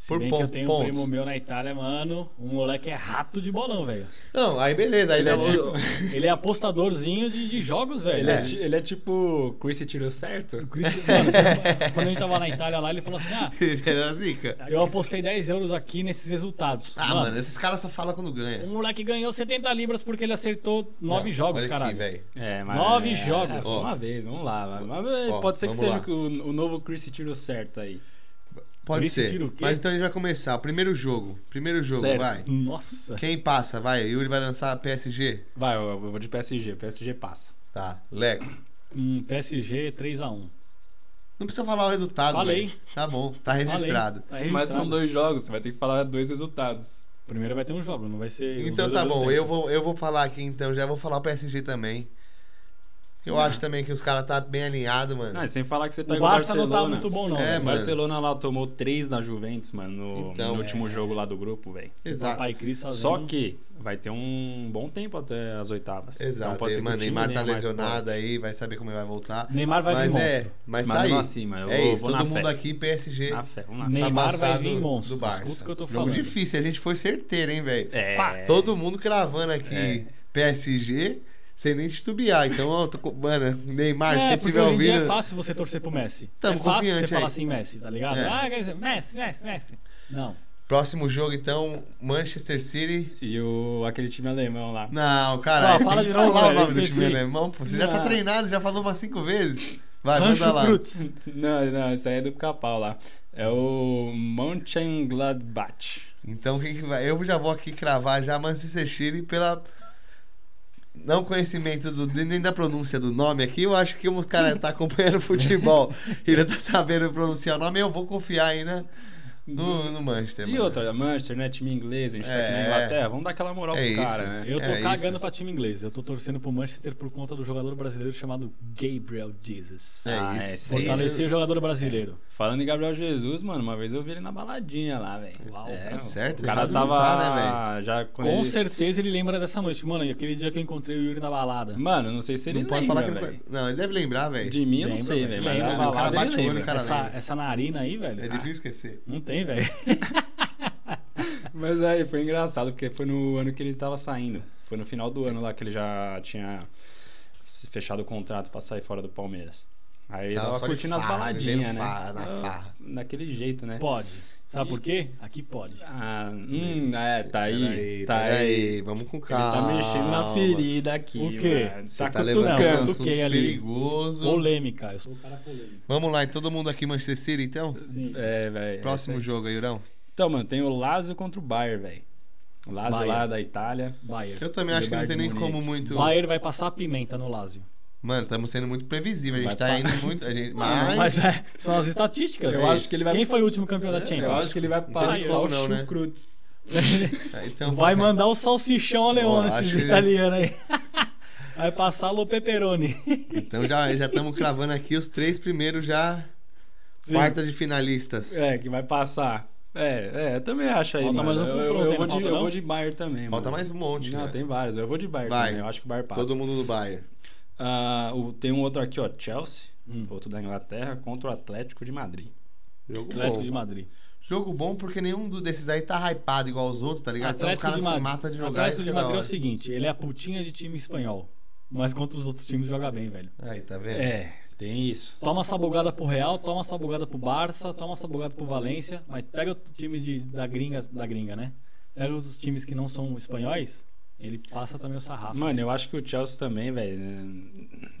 Speaker 2: Se
Speaker 1: Por
Speaker 2: bem que
Speaker 1: ponto-
Speaker 2: eu tenho um
Speaker 1: pontos.
Speaker 2: primo meu na Itália, mano. Um moleque é rato de bolão, velho.
Speaker 1: Não, aí beleza. Aí
Speaker 3: Ele é
Speaker 1: não-
Speaker 3: tipo-
Speaker 2: Ele é apostadorzinho de, de jogos, velho.
Speaker 3: Ele é,
Speaker 1: É.
Speaker 3: ti- ele é tipo Chris tirou certo?
Speaker 2: O Cristo- mano, quando- quando a gente tava na Itália lá, ele falou assim: ah,
Speaker 1: Ele era zica.
Speaker 2: eu apostei 10 euros aqui nesses resultados.
Speaker 1: Ah, mano, esses caras só falam quando ganha.
Speaker 2: o moleque ganhou 70 libras porque ele acertou 9
Speaker 1: Não,
Speaker 2: jogos,
Speaker 1: olha aqui,
Speaker 2: caralho.
Speaker 1: velho.
Speaker 3: É,
Speaker 2: Nove
Speaker 3: é,
Speaker 2: jogos.
Speaker 3: é, foi
Speaker 1: Ó.
Speaker 3: uma vez, vamos lá. mano. Mas, é,
Speaker 1: Ó,
Speaker 3: pode ser que
Speaker 1: vamos
Speaker 3: seja
Speaker 1: lá.
Speaker 3: o, o novo Chris tirou certo aí.
Speaker 1: Pode
Speaker 2: Esse
Speaker 1: ser.
Speaker 2: tiro o quê?
Speaker 1: Mas então a gente vai começar. O Primeiro jogo. Primeiro jogo,
Speaker 3: Certo.
Speaker 1: vai.
Speaker 2: Nossa.
Speaker 1: Quem passa? Vai. Yuri vai lançar PSG?
Speaker 3: Vai, eu, eu vou de PSG. PSG passa.
Speaker 1: Tá. Leco.
Speaker 2: Hum, PSG 3x1.
Speaker 1: Não precisa falar o resultado.
Speaker 2: Falei.
Speaker 1: velho. Tá bom. Tá registrado.
Speaker 2: Tá registrado.
Speaker 3: Mas são dois jogos, você vai ter que falar dois resultados.
Speaker 2: Primeiro vai ter um jogo, não vai ser. os
Speaker 1: Então
Speaker 2: dois um,
Speaker 1: tá
Speaker 2: ao mesmo
Speaker 1: bom.
Speaker 2: tempo.
Speaker 1: Eu vou, eu vou falar aqui então. Já vou falar o PSG também. Eu acho também que os caras tá bem alinhados, mano.
Speaker 3: Ah, e sem falar que você
Speaker 2: O
Speaker 3: pega o,
Speaker 2: Barça não tá
Speaker 3: Barcelona.
Speaker 2: muito bom, não.
Speaker 1: É,
Speaker 2: velho.
Speaker 3: O
Speaker 1: mano.
Speaker 3: Barcelona lá tomou três na Juventus, mano, no,
Speaker 1: Então,
Speaker 3: no último
Speaker 2: é.
Speaker 3: jogo lá do grupo, velho.
Speaker 1: Exato.
Speaker 2: Papai Cris sozinho.
Speaker 3: Só que vai ter um bom tempo até as oitavas.
Speaker 1: Exato.
Speaker 3: Então pode ser
Speaker 1: E,
Speaker 3: que
Speaker 1: mano,
Speaker 3: o time
Speaker 1: Neymar tá
Speaker 3: venha mais
Speaker 1: lesionado aí, vai saber como ele vai voltar.
Speaker 2: Neymar vai vir
Speaker 1: mas é,
Speaker 2: monstro.
Speaker 1: mas,
Speaker 3: Mas
Speaker 1: tá
Speaker 3: mesmo
Speaker 1: aí.
Speaker 3: assim, mano, eu
Speaker 1: é
Speaker 3: vou-
Speaker 1: isso,
Speaker 3: vou na
Speaker 1: todo mundo
Speaker 3: fé.
Speaker 1: aqui, PSG.
Speaker 3: forte. Na fé, vamos lá.
Speaker 2: Nem- Neymar vai
Speaker 1: Abassado
Speaker 2: vir monstro.
Speaker 1: tá Do Barça.
Speaker 2: Escuta o que eu tô
Speaker 1: Jogo
Speaker 2: falando.
Speaker 1: difícil, a gente foi certeiro, hein, velho?
Speaker 3: É.
Speaker 2: Pá,
Speaker 1: Todo mundo cravando aqui
Speaker 3: É.
Speaker 1: PSG sem nem titubear. Então, ó, eu tô, co- mano, Neymar, se
Speaker 2: é,
Speaker 1: Ah, você
Speaker 2: porque
Speaker 1: tiver
Speaker 2: hoje em dia
Speaker 1: ouvindo.
Speaker 2: é fácil você torcer pro Messi.
Speaker 1: Tamo
Speaker 2: é fácil você
Speaker 1: confiante
Speaker 2: falar
Speaker 1: aí.
Speaker 2: assim, Messi, tá ligado?
Speaker 1: É. Ah,
Speaker 2: Ah, quer dizer, Messi, Messi, Messi. Não.
Speaker 1: Próximo jogo, então, Manchester City.
Speaker 3: E o, aquele time alemão lá.
Speaker 1: Não, caralho.
Speaker 2: Não, fala
Speaker 1: tem
Speaker 2: de
Speaker 1: que
Speaker 2: novo,
Speaker 1: falar
Speaker 2: velho,
Speaker 1: o nome do
Speaker 2: esqueci.
Speaker 1: time alemão, pô. Você já tá
Speaker 2: Não.
Speaker 1: treinado, já falou umas cinco vezes. Vai, manda
Speaker 2: Rancho
Speaker 1: lá.
Speaker 2: Crutz.
Speaker 3: Não, não, isso aí é do Capau lá. É o Mönchengladbach.
Speaker 1: Então, quem que vai? Eu já vou aqui cravar já Manchester City pela não conhecimento do, nem da pronúncia do nome aqui. Eu acho que o cara tá acompanhando futebol e não tá sabendo pronunciar o nome. Eu vou confiar aí na, no, no Manchester.
Speaker 3: E
Speaker 1: É, mano.
Speaker 3: outra, Manchester, né? Time inglês, a gente tá aqui na
Speaker 1: É.
Speaker 3: Inglaterra. Vamos dar aquela moral
Speaker 1: É
Speaker 3: pros
Speaker 1: isso.
Speaker 3: caras, né?
Speaker 2: Eu tô
Speaker 1: É isso.
Speaker 2: cagando pra time inglês. Eu tô torcendo pro Manchester por conta do jogador brasileiro chamado Gabriel Jesus.
Speaker 1: É
Speaker 3: Ah, é,
Speaker 1: isso.
Speaker 2: Fortalecer o jogador brasileiro.
Speaker 3: Falando em Gabriel Jesus, mano, uma vez eu vi ele na baladinha lá, velho.
Speaker 2: Uau,
Speaker 3: É,
Speaker 2: tá
Speaker 1: certo,
Speaker 3: O cara
Speaker 1: sabe
Speaker 3: tava.
Speaker 1: lutar, né,
Speaker 3: já
Speaker 2: Com
Speaker 3: quando ele-
Speaker 2: certeza ele lembra dessa noite. Mano, e aquele dia que eu encontrei o Yuri na balada.
Speaker 3: Mano, não sei se ele
Speaker 1: Tá. Não pode
Speaker 3: lembra,
Speaker 1: falar que ele...
Speaker 3: velho.
Speaker 1: co- Não, ele deve lembrar, velho.
Speaker 3: De mim eu não
Speaker 2: Lembra,
Speaker 3: sei,
Speaker 2: velho.
Speaker 3: velho. Mas
Speaker 2: Lembra,
Speaker 3: na
Speaker 2: o cara
Speaker 3: balada
Speaker 1: bate o
Speaker 3: ele
Speaker 1: olho,
Speaker 3: lembra.
Speaker 1: cara.
Speaker 2: Essa,
Speaker 1: lembra.
Speaker 2: essa narina aí, velho.
Speaker 1: É difícil esquecer.
Speaker 2: Ah, Não tem, velho.
Speaker 3: Mas aí foi engraçado, porque foi no ano que ele tava saindo. Foi no final do ano lá que ele já tinha se fechado o contrato pra sair fora do Palmeiras. Aí ele
Speaker 1: Tava
Speaker 3: tava
Speaker 1: só de
Speaker 3: curtindo as
Speaker 1: farra,
Speaker 3: baladinhas,
Speaker 1: vivendo
Speaker 3: né?
Speaker 1: farra, na
Speaker 3: Ah,
Speaker 1: farra.
Speaker 3: Daquele jeito, né?
Speaker 2: Pode. Sabe por quê? Aqui pode.
Speaker 3: Ah, hum, é, tá aí,
Speaker 1: Peraí,
Speaker 3: tá aí.
Speaker 1: peraí, vamos com
Speaker 3: Ele tá
Speaker 1: calma.
Speaker 3: mexendo na ferida aqui,
Speaker 2: O quê?
Speaker 3: mano.
Speaker 1: Você
Speaker 3: Tá,
Speaker 1: tá,
Speaker 3: tá
Speaker 1: levantando um
Speaker 2: cutucando,
Speaker 1: assunto
Speaker 2: toquei ali.
Speaker 1: perigoso.
Speaker 2: Polêmica. Eu sou o cara polêmico.
Speaker 1: Vamos lá, e todo mundo aqui Manchester City, então?
Speaker 2: Sim.
Speaker 3: É, velho.
Speaker 1: Próximo jogo aí, Yurão.
Speaker 3: Então, mano, tem o Lazio contra o Bayern, velho. O Lazio
Speaker 2: Bayern.
Speaker 3: lá da Itália.
Speaker 2: Bayern.
Speaker 1: Eu também acho que não tem nem
Speaker 3: Bayern de
Speaker 1: como
Speaker 3: Munique.
Speaker 1: muito...
Speaker 2: Bayern vai passar a pimenta no Lazio.
Speaker 1: Mano, estamos sendo muito previsível. A gente
Speaker 3: Vai
Speaker 1: tá
Speaker 3: pra-
Speaker 1: indo muito. A gente...
Speaker 2: Mas,
Speaker 1: Mas.
Speaker 2: é, são as estatísticas.
Speaker 3: Eu acho que ele vai-
Speaker 2: Quem foi o último campeão da Champions?
Speaker 1: Eu acho que ele vai
Speaker 2: passar
Speaker 1: o não, né?
Speaker 3: Chucrutes.
Speaker 1: Ah, Então,
Speaker 2: é. Vai mandar o salsichão alemão
Speaker 1: Eu
Speaker 2: nesses
Speaker 1: acho que-
Speaker 2: italianos aí. Vai passar o pepperoni.
Speaker 1: Então já estamos cravando aqui os três primeiros já.
Speaker 2: Sim.
Speaker 1: Quarta de finalistas.
Speaker 3: É, que vai passar. É, é, eu também acho aí,
Speaker 2: Falta
Speaker 3: mano.
Speaker 2: mais um
Speaker 3: eu,
Speaker 2: confronto,
Speaker 3: eu
Speaker 2: hein?
Speaker 3: vou
Speaker 2: Não
Speaker 3: de,
Speaker 2: falta
Speaker 3: eu vou
Speaker 2: não?
Speaker 3: de Bayern também,
Speaker 1: Falta
Speaker 3: mano.
Speaker 1: mais um monte,
Speaker 3: Não,
Speaker 1: né?
Speaker 3: tem vários. Eu vou de Bayern
Speaker 1: Vai.
Speaker 3: também. Eu acho que o Bayern passa.
Speaker 1: Todo mundo do Bayern.
Speaker 3: Ah, o- tem um outro aqui, ó. Chelsea.
Speaker 2: Hum.
Speaker 3: Outro da Inglaterra contra o Atlético de Madrid.
Speaker 1: Jogo
Speaker 2: Atlético
Speaker 1: bom.
Speaker 2: de Madrid.
Speaker 1: Jogo bom porque nenhum do- desses aí tá hypado igual os outros, tá ligado? então os caras se matam de jogar.
Speaker 2: Atlético
Speaker 1: isso
Speaker 2: de
Speaker 1: que é da
Speaker 2: Madrid é o
Speaker 1: hora.
Speaker 2: seguinte, ele é a putinha de time espanhol. Mas contra os outros times joga bem, velho.
Speaker 1: Aí, tá vendo?
Speaker 3: É, tem isso.
Speaker 2: Toma essa bugada pro Real, toma essa bugada pro Barça, toma essa bugada pro Valência, mas pega o time de, da gringa, da gringa, né? Pega os times que não são espanhóis, ele passa também o sarrafo.
Speaker 3: Mano, eu acho que o Chelsea também, velho. né?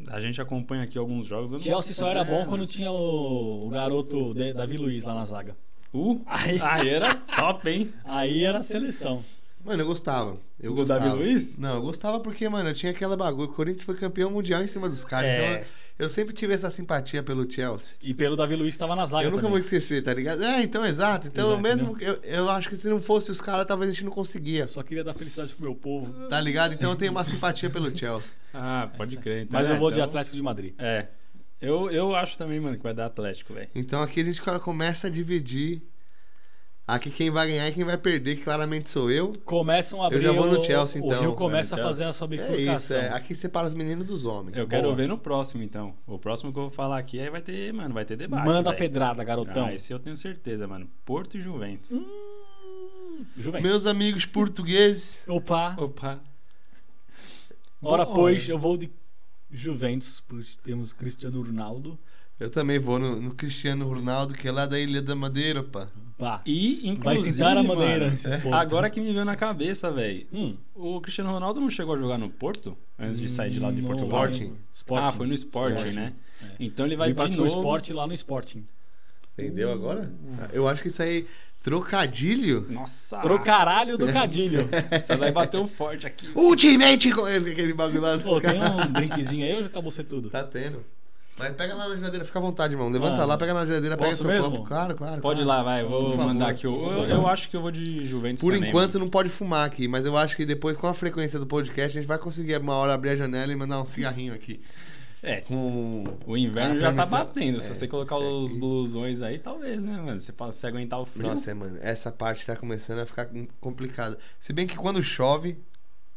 Speaker 3: A gente acompanha aqui alguns jogos. eu não sei,
Speaker 2: Chelsea só era
Speaker 3: né,
Speaker 2: bom
Speaker 3: mano?
Speaker 2: quando tinha o, o garoto de- Davi Luiz lá na zaga.
Speaker 3: Uh,
Speaker 2: Aí-
Speaker 3: aí. era top, hein?
Speaker 2: Aí era a seleção.
Speaker 1: Mano, eu gostava. Eu
Speaker 3: Do
Speaker 1: gostava.
Speaker 3: Davi Luiz?
Speaker 1: Não, eu gostava porque, mano, eu tinha aquela bagulho. O Corinthians foi campeão mundial em cima dos caras.
Speaker 3: É.
Speaker 1: Então eu, eu sempre tive essa simpatia pelo Chelsea.
Speaker 2: E pelo Davi Luiz tava na zaga.
Speaker 1: Eu nunca
Speaker 2: também.
Speaker 1: vou esquecer, tá ligado? É, então, exato. Então,
Speaker 2: Exato,
Speaker 1: mesmo.
Speaker 3: né?
Speaker 1: que- Eu, eu acho que se não fosse os caras, talvez a gente não conseguia.
Speaker 2: Só queria dar felicidade pro meu povo.
Speaker 1: Tá ligado? Então eu tenho uma simpatia pelo Chelsea.
Speaker 3: Ah, pode crer. Então,
Speaker 2: Mas eu
Speaker 3: é,
Speaker 2: vou de
Speaker 3: então-
Speaker 2: Atlético de Madrid.
Speaker 3: É. Eu, eu acho também, mano, que vai dar Atlético, velho.
Speaker 1: Então aqui a gente agora começa a dividir Aqui quem vai ganhar e quem vai perder, que claramente sou eu.
Speaker 2: Começam a abrir
Speaker 1: já vou no
Speaker 2: o-
Speaker 1: Chelsea,
Speaker 2: O
Speaker 1: então.
Speaker 2: Rio começa a
Speaker 3: Vai no
Speaker 2: fazer a sua
Speaker 1: É
Speaker 2: bifurcação.
Speaker 1: isso, é. Aqui separa os meninos dos homens.
Speaker 3: Eu quero
Speaker 2: Boa.
Speaker 3: ver no próximo, então. O próximo que eu vou falar aqui aí vai ter, mano, vai ter debate.
Speaker 2: Manda então. a
Speaker 3: é velho.
Speaker 2: pedrada, garotão.
Speaker 3: Ah, esse eu tenho certeza, mano. Porto e Juventus.
Speaker 2: Hum. Juventus.
Speaker 1: Meus amigos portugueses,
Speaker 2: Opa,
Speaker 3: Opa.
Speaker 2: ora
Speaker 3: Bom,
Speaker 2: pois,
Speaker 3: olha.
Speaker 2: eu vou de Juventus, pois temos Cristiano Ronaldo.
Speaker 1: eu também vou no, no Cristiano Ronaldo, que é lá da Ilha da Madeira, pá.
Speaker 2: Pá.
Speaker 3: E, inclusive,
Speaker 2: Vai sentar a madeira
Speaker 3: mano,
Speaker 2: nesses
Speaker 3: é,
Speaker 2: pontos. né?
Speaker 3: Agora que me veio na cabeça, velho.
Speaker 2: Hum.
Speaker 3: O Cristiano Ronaldo não chegou a jogar no Porto? Antes de sair de lá de
Speaker 2: Hum, Não,
Speaker 3: Portugal?
Speaker 1: Sporting.
Speaker 2: Sporting.
Speaker 3: Ah, foi no Sporting,
Speaker 1: Sporting.
Speaker 3: né?
Speaker 2: É.
Speaker 3: Então ele vai
Speaker 2: Vai
Speaker 3: de
Speaker 2: partir no
Speaker 3: novo.
Speaker 2: Sporting lá no Sporting.
Speaker 1: Entendeu agora? Eu acho que isso aí, é trocadilho.
Speaker 3: Nossa.
Speaker 2: Pro caralho do cadilho.
Speaker 3: Você vai bater um forte aqui.
Speaker 1: Ultimate com aquele bagulho lá.
Speaker 2: Pô, tem um drinkzinho aí ou já acabou ser tudo?
Speaker 1: Tá tendo. Mas pega lá na geladeira, fica à vontade, irmão. Levanta
Speaker 2: Ah,
Speaker 1: lá, pega na geladeira, pega
Speaker 2: posso
Speaker 1: seu
Speaker 2: mesmo?
Speaker 1: copo. Claro, claro.
Speaker 3: Pode ir
Speaker 1: claro.
Speaker 3: lá, vai. Eu
Speaker 1: Por
Speaker 3: Vou
Speaker 1: favor.
Speaker 3: mandar aqui. o- Eu, eu acho que eu vou de Juventus
Speaker 1: Por
Speaker 3: também,
Speaker 1: enquanto
Speaker 3: mano.
Speaker 1: não pode fumar aqui, mas eu acho que depois, com a frequência do podcast, a gente vai conseguir uma hora abrir a janela e mandar um cigarrinho aqui.
Speaker 3: É.
Speaker 1: Com.
Speaker 3: O inverno
Speaker 1: Ah,
Speaker 3: já tá
Speaker 1: permissão.
Speaker 3: batendo.
Speaker 1: É,
Speaker 3: Se você colocar
Speaker 1: isso
Speaker 3: os
Speaker 1: aqui.
Speaker 3: blusões aí, talvez, né, mano? Você pode se aguentar o frio.
Speaker 1: Nossa, é, mano, essa parte tá começando a ficar complicada. Se bem que quando chove,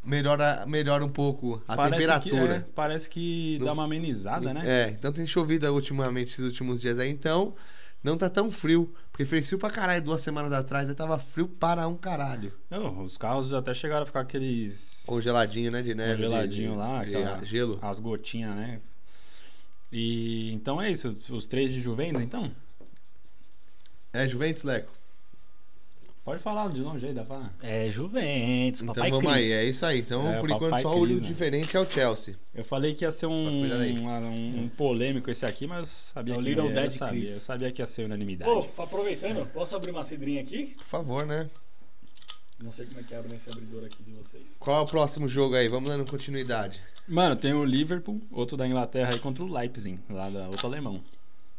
Speaker 1: melhora, melhora um pouco a temperatura.
Speaker 3: Que, é, parece que
Speaker 1: No-
Speaker 3: dá uma amenizada, né?
Speaker 1: É, então tem chovido ultimamente, esses últimos dias aí, então não tá tão frio. Porque fez frio pra caralho duas semanas atrás, aí tava frio para um caralho.
Speaker 3: Não, os carros até chegaram a ficar aqueles.
Speaker 1: Congeladinho, né, de neve. de-
Speaker 3: Congeladinho
Speaker 1: de-
Speaker 3: lá,
Speaker 1: de
Speaker 3: aquela-
Speaker 1: gelo.
Speaker 3: As gotinhas, né? E então é isso. Os três de Juventus, então?
Speaker 1: É Juventus, Leco?
Speaker 3: Pode falar de longe aí, dá pra.
Speaker 2: É Juventus,
Speaker 1: Então
Speaker 2: papai
Speaker 1: vamos
Speaker 2: Cris.
Speaker 1: aí, é isso aí. Então,
Speaker 3: É,
Speaker 1: por
Speaker 3: papai
Speaker 1: enquanto, só o
Speaker 3: Cris,
Speaker 1: olho
Speaker 3: né?
Speaker 1: diferente é o Chelsea.
Speaker 3: Eu falei que ia ser um,
Speaker 1: Cuidado aí.
Speaker 3: uma- um, um polêmico esse aqui, mas sabia
Speaker 2: É o
Speaker 3: que
Speaker 2: Little
Speaker 3: eu
Speaker 2: Dead
Speaker 3: sabia,
Speaker 2: Chris.
Speaker 3: eu sabia que ia ser
Speaker 1: é
Speaker 3: unanimidade.
Speaker 2: Ô, aproveitando, posso abrir uma cidrinha aqui?
Speaker 1: Por favor, né?
Speaker 2: Não sei como é que abre esse abridor aqui de vocês.
Speaker 1: Qual é o próximo jogo aí? Vamos dando continuidade.
Speaker 3: Mano, tem o Liverpool, outro da Inglaterra aí contra o Leipzig, lá da outro alemão.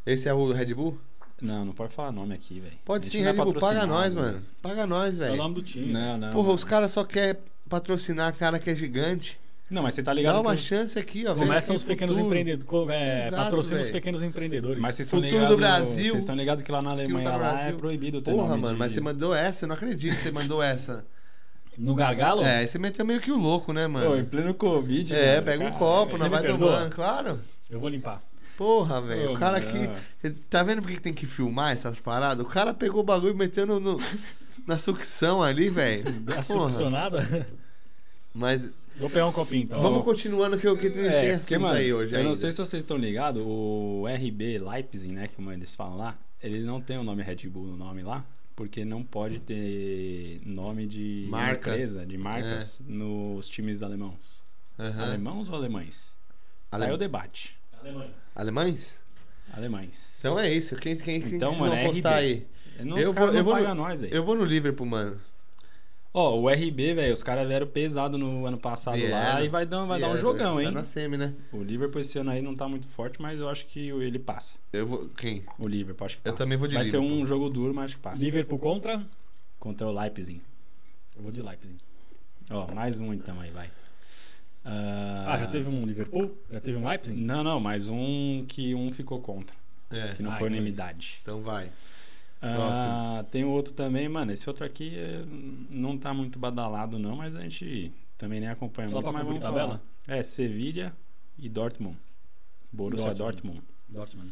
Speaker 1: Esse é o Red Bull?
Speaker 3: Não, não pode falar nome aqui, velho.
Speaker 1: Pode
Speaker 3: A
Speaker 1: sim,
Speaker 3: gente não é
Speaker 1: Red Bull. Paga
Speaker 3: patrocinado,
Speaker 1: nós,
Speaker 3: né?
Speaker 1: mano. Paga nós,
Speaker 2: É o
Speaker 1: velho.
Speaker 2: nome do time.
Speaker 3: Não, não.
Speaker 1: Porra,
Speaker 3: mano.
Speaker 1: os caras só querem patrocinar cara que é gigante.
Speaker 3: Não, mas você tá ligado
Speaker 1: Dá uma
Speaker 3: que-
Speaker 1: chance aqui, ó.
Speaker 2: Começam
Speaker 1: velho,
Speaker 2: os
Speaker 1: tem
Speaker 2: pequenos
Speaker 1: futuro.
Speaker 2: empreendedores. É,
Speaker 1: Exato,
Speaker 2: patrocina os
Speaker 1: velho.
Speaker 2: pequenos empreendedores.
Speaker 3: Mas vocês estão
Speaker 1: Futuro do
Speaker 3: ligados.
Speaker 1: Brasil.
Speaker 3: Vocês estão ligados que lá na
Speaker 1: que não
Speaker 3: Alemanha
Speaker 1: tá no
Speaker 3: lá é
Speaker 1: Brasil.
Speaker 3: proibido ter
Speaker 1: Porra,
Speaker 3: nome
Speaker 1: mano,
Speaker 3: de-
Speaker 1: mas você mandou essa, eu não acredito que você mandou essa.
Speaker 2: No gargalo?
Speaker 1: É, aí você meteu meio que o louco, né,
Speaker 3: Pô, em
Speaker 1: mano?
Speaker 3: pleno Covid.
Speaker 1: É,
Speaker 3: mano,
Speaker 1: pega um
Speaker 3: né, cara,
Speaker 1: copo,
Speaker 2: você
Speaker 1: não
Speaker 2: me
Speaker 1: vai
Speaker 2: perdoa?
Speaker 1: tomando, claro.
Speaker 2: Eu vou limpar.
Speaker 1: Porra, velho,
Speaker 3: Ô,
Speaker 1: o cara
Speaker 3: mano,
Speaker 1: que. Tá vendo por que que tem que filmar essas paradas? O cara pegou o bagulho e meteu no, no- na sucção ali, velho.
Speaker 2: Dá
Speaker 1: Ah, Porra.
Speaker 2: succionada?
Speaker 1: Mas
Speaker 2: Assim, Vou pegar um copinho então.
Speaker 1: vamos continuando que o que tem, tem
Speaker 3: É, porque,
Speaker 1: assunto
Speaker 3: mano,
Speaker 1: aí hoje
Speaker 3: eu
Speaker 1: ainda.
Speaker 3: não sei se vocês estão ligados, o RB Leipzig, né, que como eles falam lá, ele não tem o nome Red Bull no nome lá, porque não pode ter nome de
Speaker 1: Marca. É.
Speaker 3: empresa, de marcas, nos times alemãos.
Speaker 1: Aham.
Speaker 3: Alemãos ou alemães? Aí é o
Speaker 1: Ale-
Speaker 3: debate.
Speaker 2: Alemanha.
Speaker 1: Alemães?
Speaker 3: Alemães.
Speaker 1: Então é isso. Quem, quem, quem
Speaker 3: Então,
Speaker 1: vocês
Speaker 3: mano,
Speaker 1: vão
Speaker 3: é
Speaker 1: apostar
Speaker 3: RB.
Speaker 1: aí?
Speaker 3: não,
Speaker 1: eu
Speaker 3: os caras
Speaker 1: vou- eu
Speaker 3: não
Speaker 1: vou
Speaker 3: pagam
Speaker 1: no-
Speaker 3: nós aí.
Speaker 1: Eu vou no Liverpool, mano.
Speaker 3: Então Ó, o RB, velho, os caras vieram pesado no ano passado lá
Speaker 1: Vieram.
Speaker 3: e vai dar, vai dar um
Speaker 1: Yeah,
Speaker 3: jogão,
Speaker 1: sai
Speaker 3: hein?
Speaker 1: É, na semi, né?
Speaker 3: O Liverpool esse ano aí não tá muito forte, mas eu acho que ele passa.
Speaker 1: Eu vou. Quem?
Speaker 3: O Liverpool, acho que
Speaker 1: Eu
Speaker 3: passa.
Speaker 1: também vou de
Speaker 3: Vai ser
Speaker 1: Liverpool.
Speaker 3: um jogo duro, mas acho que passa.
Speaker 2: Liverpool contra?
Speaker 3: Contra o Leipzig.
Speaker 2: Eu vou de Leipzig.
Speaker 3: Ó, mais um então aí, vai.
Speaker 2: Ah, já teve um Liverpool? Já teve um Leipzig?
Speaker 3: Não, não, mais um que um ficou contra,
Speaker 1: É.
Speaker 3: que não
Speaker 2: Ah,
Speaker 3: foi
Speaker 2: então
Speaker 3: unanimidade.
Speaker 1: Então vai.
Speaker 3: Ah,
Speaker 1: Próximo.
Speaker 3: tem um outro também, mano. Esse outro aqui eh, não tá muito badalado, não, mas a gente também nem acompanha
Speaker 2: Só
Speaker 3: muito.
Speaker 2: pra
Speaker 3: mas
Speaker 2: cumprir
Speaker 3: vamos
Speaker 2: tabela?
Speaker 3: falar. É, Sevilha e Dortmund. Borussia
Speaker 2: Dortmund.
Speaker 3: Dortmund.
Speaker 2: Dortmund.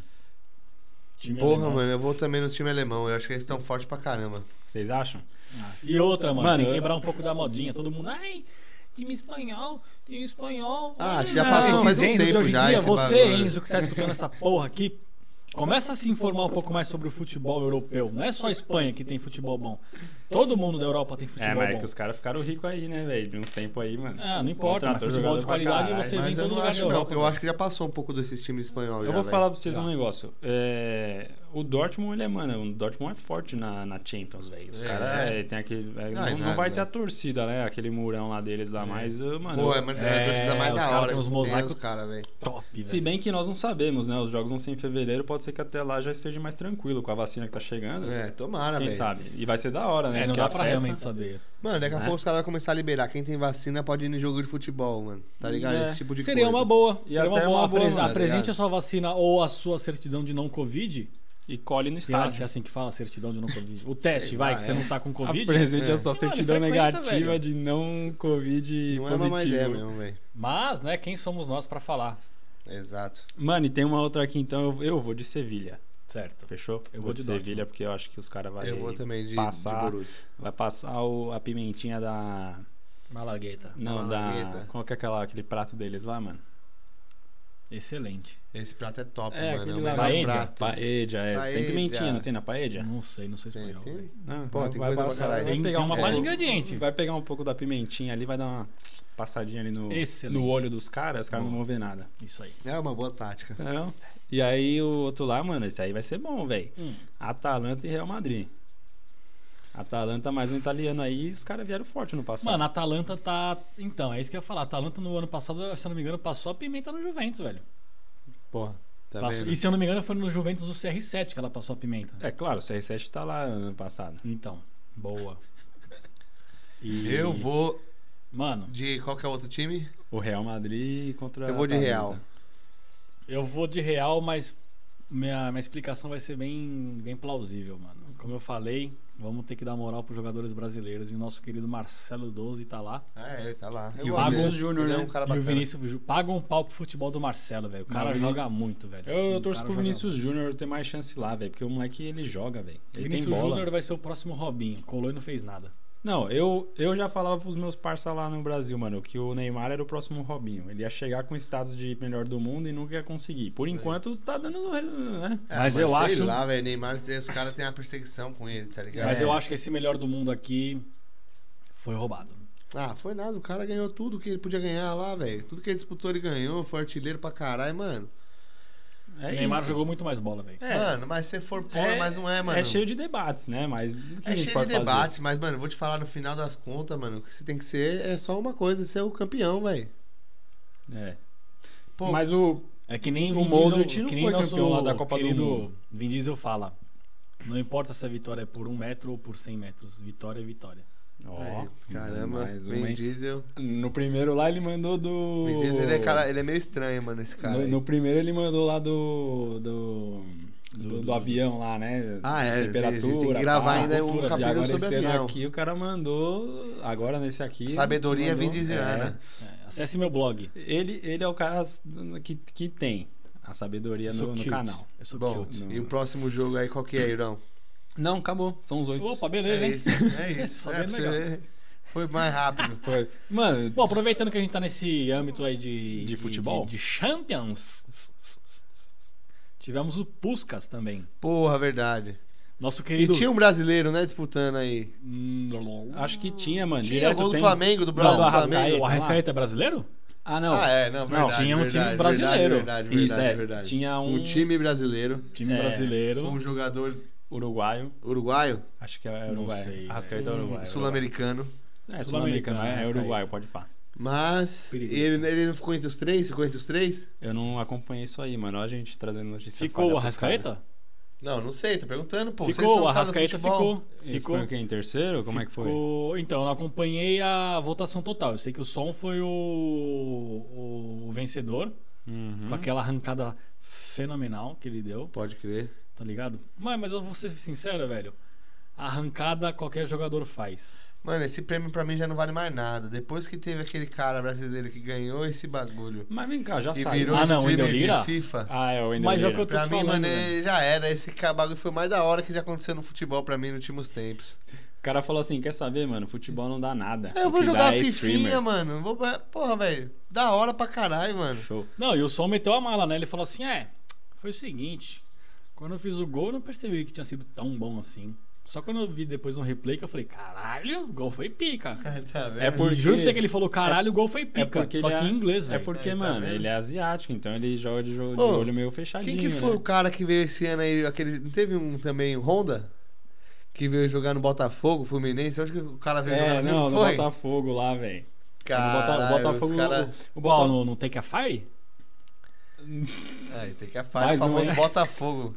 Speaker 2: Time
Speaker 1: Porra,
Speaker 2: alemão.
Speaker 1: mano, eu vou também no time alemão. Eu acho que eles estão fortes pra caramba.
Speaker 3: Vocês acham?
Speaker 2: E outra, mano,
Speaker 3: Mano,
Speaker 2: tem que
Speaker 3: eu-
Speaker 2: quebrar um pouco da modinha. Todo mundo, ai, time espanhol, time espanhol.
Speaker 1: Ah,
Speaker 2: ai,
Speaker 1: já
Speaker 2: não."
Speaker 1: passou faz um
Speaker 2: Esses Enzo de
Speaker 1: tempo
Speaker 2: hoje em
Speaker 1: já
Speaker 2: Dia,
Speaker 1: esse
Speaker 2: você,
Speaker 1: bagulho.
Speaker 2: Enzo, que tá escutando essa porra aqui, começa a se informar um pouco mais sobre o futebol europeu. Não é só a Espanha que tem futebol bom. Todo mundo da Europa tem futebol
Speaker 3: é, mas é
Speaker 2: bom.
Speaker 3: que os caras ficaram ricos aí, né, velho? De uns tempos aí, mano.
Speaker 2: Ah, não importa, mas
Speaker 3: Contratou
Speaker 2: futebol
Speaker 3: jogador
Speaker 2: de
Speaker 3: pra
Speaker 2: qualidade
Speaker 3: caralho.
Speaker 2: você vê em
Speaker 1: Mas eu
Speaker 2: todo
Speaker 1: não
Speaker 2: lugar da
Speaker 1: acho, não,
Speaker 2: Europa.
Speaker 1: porque eu acho que já passou um pouco desses times espanhóis.
Speaker 3: né? Eu
Speaker 1: já,
Speaker 3: vou
Speaker 1: velho.
Speaker 3: falar pra vocês
Speaker 2: Já.
Speaker 3: um negócio. É, o Dortmund, ele é, mano, o Dortmund é forte na, na Champions, velho. Os
Speaker 1: É.
Speaker 3: caras é, tem aquele.
Speaker 1: Não
Speaker 3: é,
Speaker 1: é
Speaker 3: não, não
Speaker 1: nada,
Speaker 3: vai ter a
Speaker 1: né?
Speaker 3: torcida, né? Aquele murão lá deles lá, mas, uh, mano.
Speaker 1: Pô,
Speaker 3: eu-
Speaker 1: é, mas é a torcida mais
Speaker 2: os
Speaker 1: da
Speaker 2: caras
Speaker 1: hora.
Speaker 2: têm uns
Speaker 1: que tem,
Speaker 2: mosaicos-
Speaker 1: os cara, velho.
Speaker 2: Top, velho.
Speaker 3: Se bem que nós não sabemos, né? Os jogos vão ser em fevereiro, pode ser que até lá já esteja mais tranquilo com a vacina que tá chegando.
Speaker 1: É, tomara,
Speaker 3: Quem
Speaker 1: velho.
Speaker 3: sabe? E vai ser da hora, né?
Speaker 2: É, não
Speaker 3: Porque
Speaker 2: dá
Speaker 3: a
Speaker 2: pra
Speaker 3: festa-
Speaker 2: realmente saber.
Speaker 1: Mano, daqui a
Speaker 3: Né?
Speaker 1: pouco os caras vão começar a liberar. Quem tem vacina pode ir no jogo de futebol, mano. Tá ligado?
Speaker 3: É.
Speaker 1: Esse tipo de
Speaker 2: Seria
Speaker 1: coisa.
Speaker 2: uma boa.
Speaker 3: E
Speaker 2: Seria uma
Speaker 3: até
Speaker 2: boa.
Speaker 3: uma boa, tá
Speaker 2: Apres-
Speaker 1: mano,
Speaker 2: Apresente
Speaker 1: ligado?
Speaker 2: a sua vacina ou a sua certidão de não Covid
Speaker 3: e colhe no
Speaker 2: Será que
Speaker 3: estádio.
Speaker 2: é assim que fala certidão de não Covid? O teste,
Speaker 1: Sei
Speaker 2: vai,
Speaker 1: lá,
Speaker 2: que você
Speaker 1: é.
Speaker 2: não tá com Covid.
Speaker 3: Apresente
Speaker 1: É.
Speaker 3: a sua
Speaker 2: E, mano,
Speaker 3: certidão
Speaker 2: frequenta,
Speaker 3: negativa
Speaker 2: velho.
Speaker 3: de não Covid
Speaker 1: Não é uma
Speaker 3: positivo.
Speaker 1: má ideia mesmo, velho.
Speaker 2: Mas, né, quem somos nós pra falar?
Speaker 1: Exato.
Speaker 3: Mano, e tem uma outra aqui, então eu, eu vou de Sevilha.
Speaker 2: Certo.
Speaker 3: Fechou? Eu vou,
Speaker 2: vou
Speaker 3: de
Speaker 2: de Dortmund.
Speaker 3: Sevilha porque eu acho que os caras vão
Speaker 1: eu vou também de,
Speaker 3: passar,
Speaker 1: de Borussia.
Speaker 3: vai passar o- a pimentinha da
Speaker 2: Malagueta.
Speaker 3: não da
Speaker 1: Malagueta.
Speaker 3: qual que é aquela aquele prato deles lá, mano?
Speaker 2: Excelente.
Speaker 1: Esse prato é top, mano.
Speaker 3: É,
Speaker 1: É
Speaker 3: aquele
Speaker 1: o
Speaker 3: lá,
Speaker 1: melhor
Speaker 2: Paella?
Speaker 1: prato.
Speaker 3: Paedia, é. Tem
Speaker 1: Paella.
Speaker 3: pimentinha, não tem na paedia?
Speaker 2: Não sei, não sou
Speaker 1: Tem,
Speaker 2: espanhol. velho.
Speaker 1: tem?
Speaker 3: Não,
Speaker 1: Pô, tem coisa pra caralho.
Speaker 3: Vai
Speaker 2: Tem-
Speaker 3: pegar
Speaker 2: tem uma
Speaker 3: um
Speaker 1: É.
Speaker 2: parte de
Speaker 3: pouco,
Speaker 2: ingrediente.
Speaker 3: vai pegar um pouco da pimentinha ali, vai dar uma passadinha ali no,
Speaker 2: Excelente.
Speaker 3: no olho dos caras, os caras não
Speaker 2: Boa.
Speaker 3: vão ver nada.
Speaker 2: Isso aí.
Speaker 1: É uma boa tática.
Speaker 3: Não. E aí o outro lá, mano, esse aí vai ser bom, velho.
Speaker 2: Hum.
Speaker 3: Atalanta e Real Madrid. Atalanta mais um italiano aí, os caras vieram forte no passado.
Speaker 2: Mano, a Atalanta tá. Então, é isso que eu ia falar. A Atalanta no ano passado, se eu não me engano, passou a pimenta no Juventus, velho.
Speaker 1: Porra, tá
Speaker 2: Passou-
Speaker 1: vendo?
Speaker 2: E se eu não me engano, foi no Juventus do CR7 que ela passou a pimenta.
Speaker 3: É claro, o CR7 tá lá ano passado.
Speaker 2: Então, boa. E-
Speaker 1: Eu vou
Speaker 2: Mano,
Speaker 1: de... Qual que é o outro time?
Speaker 3: O Real Madrid contra
Speaker 1: Eu vou de
Speaker 3: Atalanta.
Speaker 2: né?
Speaker 1: Real.
Speaker 2: eu vou de real, mas minha, minha explicação vai ser bem, bem plausível, mano. Como eu falei, vamos ter que dar moral pros jogadores brasileiros. E o nosso querido Marcelo 12 tá lá.
Speaker 1: Ah, é, ele tá lá.
Speaker 3: E o
Speaker 1: Eu gosto
Speaker 2: Vinícius
Speaker 1: dele.
Speaker 3: Júnior,
Speaker 1: Ele é
Speaker 3: né?
Speaker 1: um cara
Speaker 2: e o
Speaker 1: bacana.
Speaker 2: Vinícius Ju- paga um pau pro futebol do Marcelo, velho. O cara
Speaker 3: Não, o Vini-
Speaker 2: joga muito, velho.
Speaker 3: Eu, eu
Speaker 2: O
Speaker 3: torço
Speaker 2: Um cara
Speaker 3: pro
Speaker 2: joga
Speaker 3: Vinícius Júnior ter mais chance lá, velho, porque o moleque ele joga, velho. Ele
Speaker 2: Vinícius
Speaker 3: tem bola.
Speaker 2: Júnior vai ser o próximo Robinho. Colou e não fez nada.
Speaker 3: Não, eu, eu já falava pros meus parça lá no Brasil, mano, que o Neymar era o próximo Robinho. Ele ia chegar com o status de melhor do mundo e nunca ia conseguir. Por enquanto tá dando, né?
Speaker 1: É,
Speaker 2: Mas eu
Speaker 1: sei
Speaker 2: acho-
Speaker 1: lá, velho. Neymar, os caras têm uma perseguição com ele, tá ligado?
Speaker 2: Mas eu acho que esse melhor do mundo aqui foi roubado.
Speaker 1: Ah, foi nada. O cara ganhou tudo que ele podia ganhar lá, velho. Tudo que ele disputou, ele ganhou. Foi artilheiro pra caralho, mano.
Speaker 3: É
Speaker 2: o Neymar
Speaker 3: isso.
Speaker 2: jogou muito mais bola, velho.
Speaker 3: É.
Speaker 1: Mano, mas se for por, mas não é, mano.
Speaker 3: É cheio de debates, né? Mas o que a
Speaker 1: É
Speaker 3: gente
Speaker 1: cheio de
Speaker 3: pode fazer?
Speaker 1: debates, mas, mano, eu vou te falar no final das contas, mano. O que você tem que ser é só uma coisa, ser o campeão, velho.
Speaker 3: É.
Speaker 1: Pô,
Speaker 3: Mas o.
Speaker 2: É que nem
Speaker 3: O
Speaker 2: Vin
Speaker 3: Modric
Speaker 2: Diesel,
Speaker 3: não
Speaker 2: que nem
Speaker 3: foi
Speaker 2: nosso
Speaker 3: campeão lá da Copa do
Speaker 2: querido
Speaker 3: Mundo.
Speaker 2: Vin Diesel fala. Não importa se a vitória é por um metro ou por 100 metros. Vitória é vitória.
Speaker 3: Ó,
Speaker 1: aí, caramba,
Speaker 3: mais uma,
Speaker 1: Vin
Speaker 3: hein?
Speaker 1: Diesel.
Speaker 3: No primeiro lá ele mandou do.
Speaker 1: Vin Diesel, ele é, cara, ele é meio estranho, mano, esse cara.
Speaker 3: no,
Speaker 1: aí.
Speaker 3: no primeiro ele mandou lá do. Do, do, do avião lá, né?
Speaker 1: Ah, é,
Speaker 3: Temperatura.
Speaker 1: tem- tem que gravar
Speaker 3: pá,
Speaker 1: ainda um
Speaker 3: cultura.
Speaker 1: capítulo
Speaker 3: e agora
Speaker 1: sobre
Speaker 3: esse ano
Speaker 1: avião.
Speaker 3: aqui o cara mandou. Agora nesse aqui.
Speaker 1: Sabedoria Vin
Speaker 3: mandou- né?
Speaker 1: né? Dieselana.
Speaker 2: É, acesse meu blog.
Speaker 3: Ele, ele é o cara que, que tem a sabedoria
Speaker 2: Eu
Speaker 3: no,
Speaker 2: sou
Speaker 3: no
Speaker 2: cute.
Speaker 3: canal.
Speaker 2: Eu sou
Speaker 1: Bom,
Speaker 2: cute.
Speaker 1: e o próximo jogo aí, qual que é, Irão?
Speaker 3: Não, acabou. São os oito.
Speaker 2: Opa, beleza,
Speaker 1: É
Speaker 2: hein?
Speaker 1: isso, é isso.
Speaker 2: Tá
Speaker 1: é,
Speaker 2: bem
Speaker 1: pra você
Speaker 2: legal.
Speaker 1: ver, foi mais rápido.
Speaker 3: Foi. Mano,
Speaker 2: Bom, aproveitando que a gente tá nesse âmbito aí de,
Speaker 3: De futebol?
Speaker 2: de, de Champions, tivemos o Puskas também.
Speaker 1: Porra, verdade.
Speaker 2: Nosso
Speaker 1: E
Speaker 2: querido.
Speaker 1: tinha um brasileiro, né, disputando aí.
Speaker 2: Hum,
Speaker 3: acho que tinha, mano.
Speaker 1: Tinha
Speaker 3: Direto
Speaker 1: gol do
Speaker 3: tem.
Speaker 1: Flamengo, do
Speaker 3: Não,
Speaker 1: Brasil.
Speaker 3: do
Speaker 1: do
Speaker 3: Arrascaeta.
Speaker 1: Flamengo. né?
Speaker 2: o Arrascaeta é brasileiro?
Speaker 3: Ah, não.
Speaker 1: Ah, é, não,
Speaker 3: Não,
Speaker 1: verdade.
Speaker 2: tinha um time
Speaker 1: verdade,
Speaker 2: brasileiro.
Speaker 1: Verdade, verdade,
Speaker 3: Isso,
Speaker 1: verdade,
Speaker 3: é.
Speaker 1: verdade.
Speaker 3: Tinha um,
Speaker 1: Um time brasileiro,
Speaker 2: Time
Speaker 3: É.
Speaker 2: brasileiro.
Speaker 1: um jogador
Speaker 3: uruguaio.
Speaker 1: uruguaio, um
Speaker 3: Acho que é
Speaker 2: Não
Speaker 3: uruguaio.
Speaker 2: sei,
Speaker 3: Arrascaeta é
Speaker 1: né?
Speaker 2: velho.
Speaker 3: uruguaio.
Speaker 1: sul-americano.
Speaker 3: É, sul-americano. É, é
Speaker 2: Arrascaeta.
Speaker 3: uruguaio, pode pá.
Speaker 1: Mas
Speaker 2: Perigoso.
Speaker 1: ele, ele não ficou entre os três? Ficou entre os três?
Speaker 3: Eu não acompanhei isso aí, mano. Olha a gente trazendo notícia.
Speaker 2: Ficou
Speaker 3: falha
Speaker 2: o
Speaker 3: pros caras.
Speaker 2: Arrascaeta?
Speaker 1: Não, não sei, tô perguntando, pô. Vocês
Speaker 2: Ficou,
Speaker 1: são
Speaker 2: o
Speaker 1: os caras do
Speaker 2: Arrascaeta
Speaker 1: futebol.
Speaker 2: ficou.
Speaker 3: Ele
Speaker 2: Ficou.
Speaker 3: Ficou o quê? Em terceiro? Como é que foi?
Speaker 2: Ficou- Então, eu não acompanhei a votação total. Eu sei que o som foi o, o vencedor,
Speaker 3: Uhum.
Speaker 2: com aquela arrancada fenomenal que ele deu,
Speaker 1: Pode crer.
Speaker 2: tá ligado? Mas, mas eu vou ser sincero, velho. A Arrancada qualquer jogador faz.
Speaker 1: Mano, esse prêmio pra mim já não vale mais nada. Depois que teve aquele cara brasileiro que ganhou esse bagulho
Speaker 3: Mas vem cá, já
Speaker 1: e
Speaker 3: saiu.
Speaker 1: virou
Speaker 2: Ah, não,
Speaker 1: streamer
Speaker 2: Wendel Lira?
Speaker 1: de FIFA.
Speaker 3: Ah, é o Wendel
Speaker 2: Mas é o
Speaker 3: Lira.
Speaker 2: que eu tô
Speaker 1: Pra
Speaker 2: te
Speaker 1: mim,
Speaker 2: falando.
Speaker 1: mano,
Speaker 2: velho.
Speaker 1: ele já era. Esse ca- bagulho foi o mais da hora que já aconteceu no futebol pra mim nos últimos tempos.
Speaker 3: O cara falou assim, quer saber, mano? Futebol não dá nada.
Speaker 1: É, eu
Speaker 3: O
Speaker 1: vou
Speaker 3: que
Speaker 1: jogar
Speaker 3: dá é
Speaker 1: fifinha,
Speaker 3: streamer.
Speaker 1: mano. Vou, pra- porra, velho. Da hora pra caralho, mano.
Speaker 3: Show.
Speaker 2: Não, e o som meteu a mala, né? Ele falou assim: é, foi o seguinte. Quando eu fiz o gol, eu não percebi que tinha sido tão bom assim. Só quando eu vi depois um replay que eu falei, caralho, o gol foi pica.
Speaker 1: Tá vendo?
Speaker 3: É por-
Speaker 2: E Juro pra você que ele falou, caralho, o gol foi pica.
Speaker 3: É porque
Speaker 2: só
Speaker 3: ele
Speaker 2: que em inglês,
Speaker 3: É
Speaker 2: velho.
Speaker 3: porque,
Speaker 1: É, tá
Speaker 3: mano,
Speaker 1: vendo?
Speaker 3: ele é asiático, então ele joga de, jogo, de
Speaker 1: Ô,
Speaker 3: olho meio fechadinho.
Speaker 1: Quem que foi
Speaker 3: né?
Speaker 1: o cara que veio esse ano aí? Aquele, não teve um também, o Honda? Que veio jogar no Botafogo, Fluminense? Onde que o cara veio
Speaker 3: É,
Speaker 1: jogar
Speaker 3: não,
Speaker 1: no
Speaker 3: no
Speaker 1: foi?
Speaker 3: Botafogo lá, velho.
Speaker 1: Caralho,
Speaker 3: O Botafogo.
Speaker 1: os cara-
Speaker 3: o- O
Speaker 2: Qual?
Speaker 3: Botafogo.
Speaker 2: No, no Take a Fire?
Speaker 1: Aí, tem que afastar o
Speaker 3: Mais um,
Speaker 1: famoso
Speaker 3: hein?
Speaker 1: Botafogo.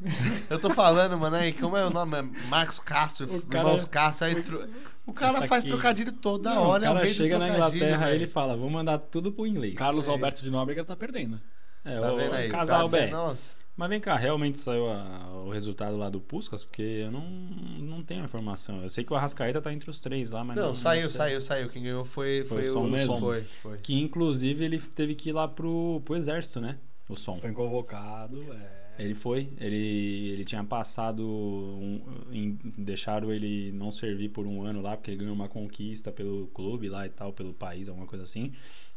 Speaker 1: Eu tô falando, mano, aí, como é o nome? É Marcos Castro,
Speaker 3: O cara- é
Speaker 1: irmãos Castro. Aí, tro- O cara
Speaker 2: Essa
Speaker 1: faz
Speaker 2: aqui.
Speaker 1: trocadilho toda
Speaker 3: Não,
Speaker 1: hora,
Speaker 3: o
Speaker 1: é o
Speaker 3: cara
Speaker 1: rei do
Speaker 3: chega na
Speaker 1: trocadilho,
Speaker 3: Inglaterra e
Speaker 1: velho.
Speaker 3: ele fala: vou mandar tudo pro inglês.
Speaker 2: Carlos
Speaker 1: Sei.
Speaker 2: Alberto de Nóbrega tá perdendo.
Speaker 3: é,
Speaker 1: Tá
Speaker 3: o
Speaker 1: vendo aí?
Speaker 3: casal,
Speaker 1: Tá sendo-
Speaker 3: velho.
Speaker 1: Nossa.
Speaker 3: Mas vem cá, realmente saiu a- o resultado lá do Puskas? Porque eu não, não tenho a informação. Eu sei que o Arrascaeta tá entre os três lá, mas.
Speaker 1: Não, saiu,
Speaker 3: sei.
Speaker 1: saiu, saiu. Quem ganhou foi,
Speaker 3: Foi
Speaker 1: foi,
Speaker 3: o som
Speaker 1: o
Speaker 3: mesmo?
Speaker 1: Foi, foi.
Speaker 3: Que inclusive ele teve que ir lá pro, pro exército, né? O som.
Speaker 2: Foi convocado, é.
Speaker 3: Ele foi, ele, ele tinha passado. Um, em- deixaram ele não servir por um ano lá, porque ele ganhou uma conquista pelo clube lá e tal, pelo país, alguma coisa assim.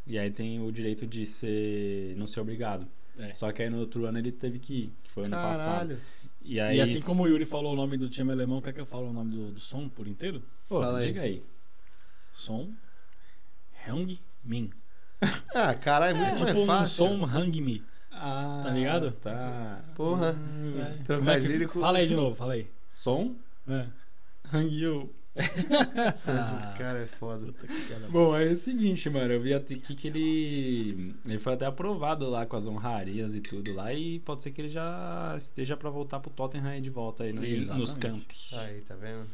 Speaker 3: E aí tem o direito de ser. não ser obrigado.
Speaker 2: É.
Speaker 3: Só que aí no outro ano ele teve que ir, que foi ano passado.
Speaker 1: Caralho.
Speaker 3: E, aí,
Speaker 2: e assim como o Yuri falou o nome do time alemão, quer que eu fale o nome do, do som por inteiro?
Speaker 3: Pô,
Speaker 1: Fala aí.
Speaker 3: diga aí.
Speaker 2: Som Hang Min.
Speaker 1: Ah, caralho,
Speaker 2: É,
Speaker 1: muito mais
Speaker 2: tipo um
Speaker 1: fácil.
Speaker 2: som Hang Me.
Speaker 3: Ah,
Speaker 2: Tá ligado?
Speaker 3: Tá.
Speaker 1: Porra.
Speaker 2: É.
Speaker 1: Trocadilho com-
Speaker 2: Fala aí de novo, fala aí.
Speaker 3: Som
Speaker 2: É.
Speaker 3: Hangyu.
Speaker 1: Esse cara é foda.
Speaker 3: Bom, aí é o seguinte, mano. Eu vi até que, que ele. Ele foi até aprovado lá com as honrarias e tudo lá. E pode ser que ele já esteja pra voltar pro Tottenham aí de volta aí no- nos
Speaker 2: Exatamente.
Speaker 3: campos.
Speaker 1: Aí, tá vendo?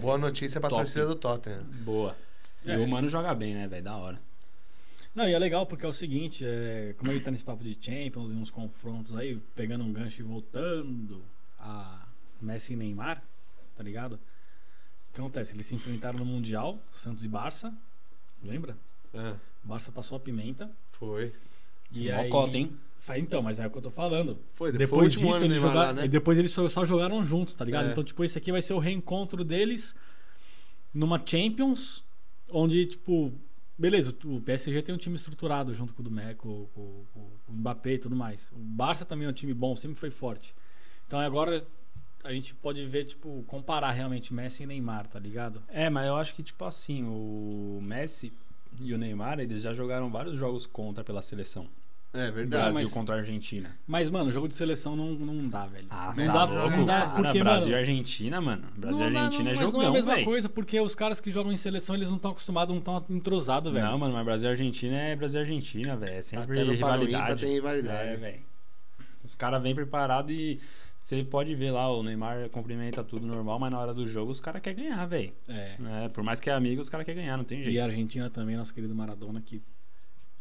Speaker 1: Boa notícia pra
Speaker 3: Top.
Speaker 1: torcida do Tottenham.
Speaker 3: Boa. E
Speaker 2: É.
Speaker 3: o mano joga bem, né, velho? Da hora.
Speaker 2: Não, e é legal porque é o seguinte, é, como ele tá nesse papo de Champions e uns confrontos aí, pegando um gancho e voltando a Messi e Neymar, tá ligado? O que acontece? Eles se enfrentaram no Mundial, Santos e Barça, lembra?
Speaker 1: Ah,
Speaker 2: O Barça passou a pimenta.
Speaker 1: foi.
Speaker 2: E
Speaker 3: Mó
Speaker 2: aí,
Speaker 3: cota, hein?
Speaker 2: Fa- Então, mas é o que eu tô falando.
Speaker 1: Foi, depois, foi o
Speaker 2: Depois
Speaker 1: último
Speaker 2: disso,
Speaker 1: ano
Speaker 2: eles
Speaker 1: do Neymar lá,
Speaker 2: jogaram,
Speaker 1: né?
Speaker 2: e depois eles só, só jogaram juntos, tá ligado?
Speaker 1: É.
Speaker 2: Então, tipo, esse aqui vai ser o reencontro deles numa Champions, onde, tipo, beleza, o PSG tem um time estruturado junto com o do Meco, com, com com o Mbappé e tudo mais. O Barça também é um time bom, sempre foi forte. Então agora a gente pode ver, tipo, comparar realmente Messi e Neymar, tá ligado?
Speaker 3: É, mas eu acho que, tipo assim, o Messi e o Neymar, eles já jogaram vários jogos contra pela seleção.
Speaker 1: É
Speaker 3: Brasil
Speaker 1: verdade.
Speaker 2: mas-
Speaker 3: contra a Argentina.
Speaker 2: Mas, mano, jogo de seleção não, não dá, velho.
Speaker 3: Ah,
Speaker 1: Não
Speaker 3: tá
Speaker 1: dá-
Speaker 3: louco,
Speaker 1: não
Speaker 2: dá,
Speaker 3: cara.
Speaker 2: porque,
Speaker 3: Brasil e
Speaker 2: mano,
Speaker 3: Argentina, mano. Brasil e
Speaker 2: Não,
Speaker 3: Argentina
Speaker 2: não,
Speaker 3: é
Speaker 2: mas
Speaker 3: jogão,
Speaker 2: não é a mesma
Speaker 3: velho.
Speaker 2: coisa, porque os caras que jogam em seleção, eles não estão acostumados, não estão entrosados, velho.
Speaker 3: Não, mano, mas Brasil e Argentina é Brasil e Argentina, velho. É sempre
Speaker 1: Até no paro ímpar
Speaker 3: rivalidade.
Speaker 1: tem rivalidade.
Speaker 3: É, velho. Os caras vêm preparados e você pode ver lá, o Neymar cumprimenta tudo normal, mas na hora do jogo os caras querem ganhar, velho.
Speaker 2: É.
Speaker 3: É, por mais que é amigo, os caras querem ganhar, não tem
Speaker 2: E é
Speaker 3: jeito.
Speaker 2: a Argentina também, nosso querido Maradona, que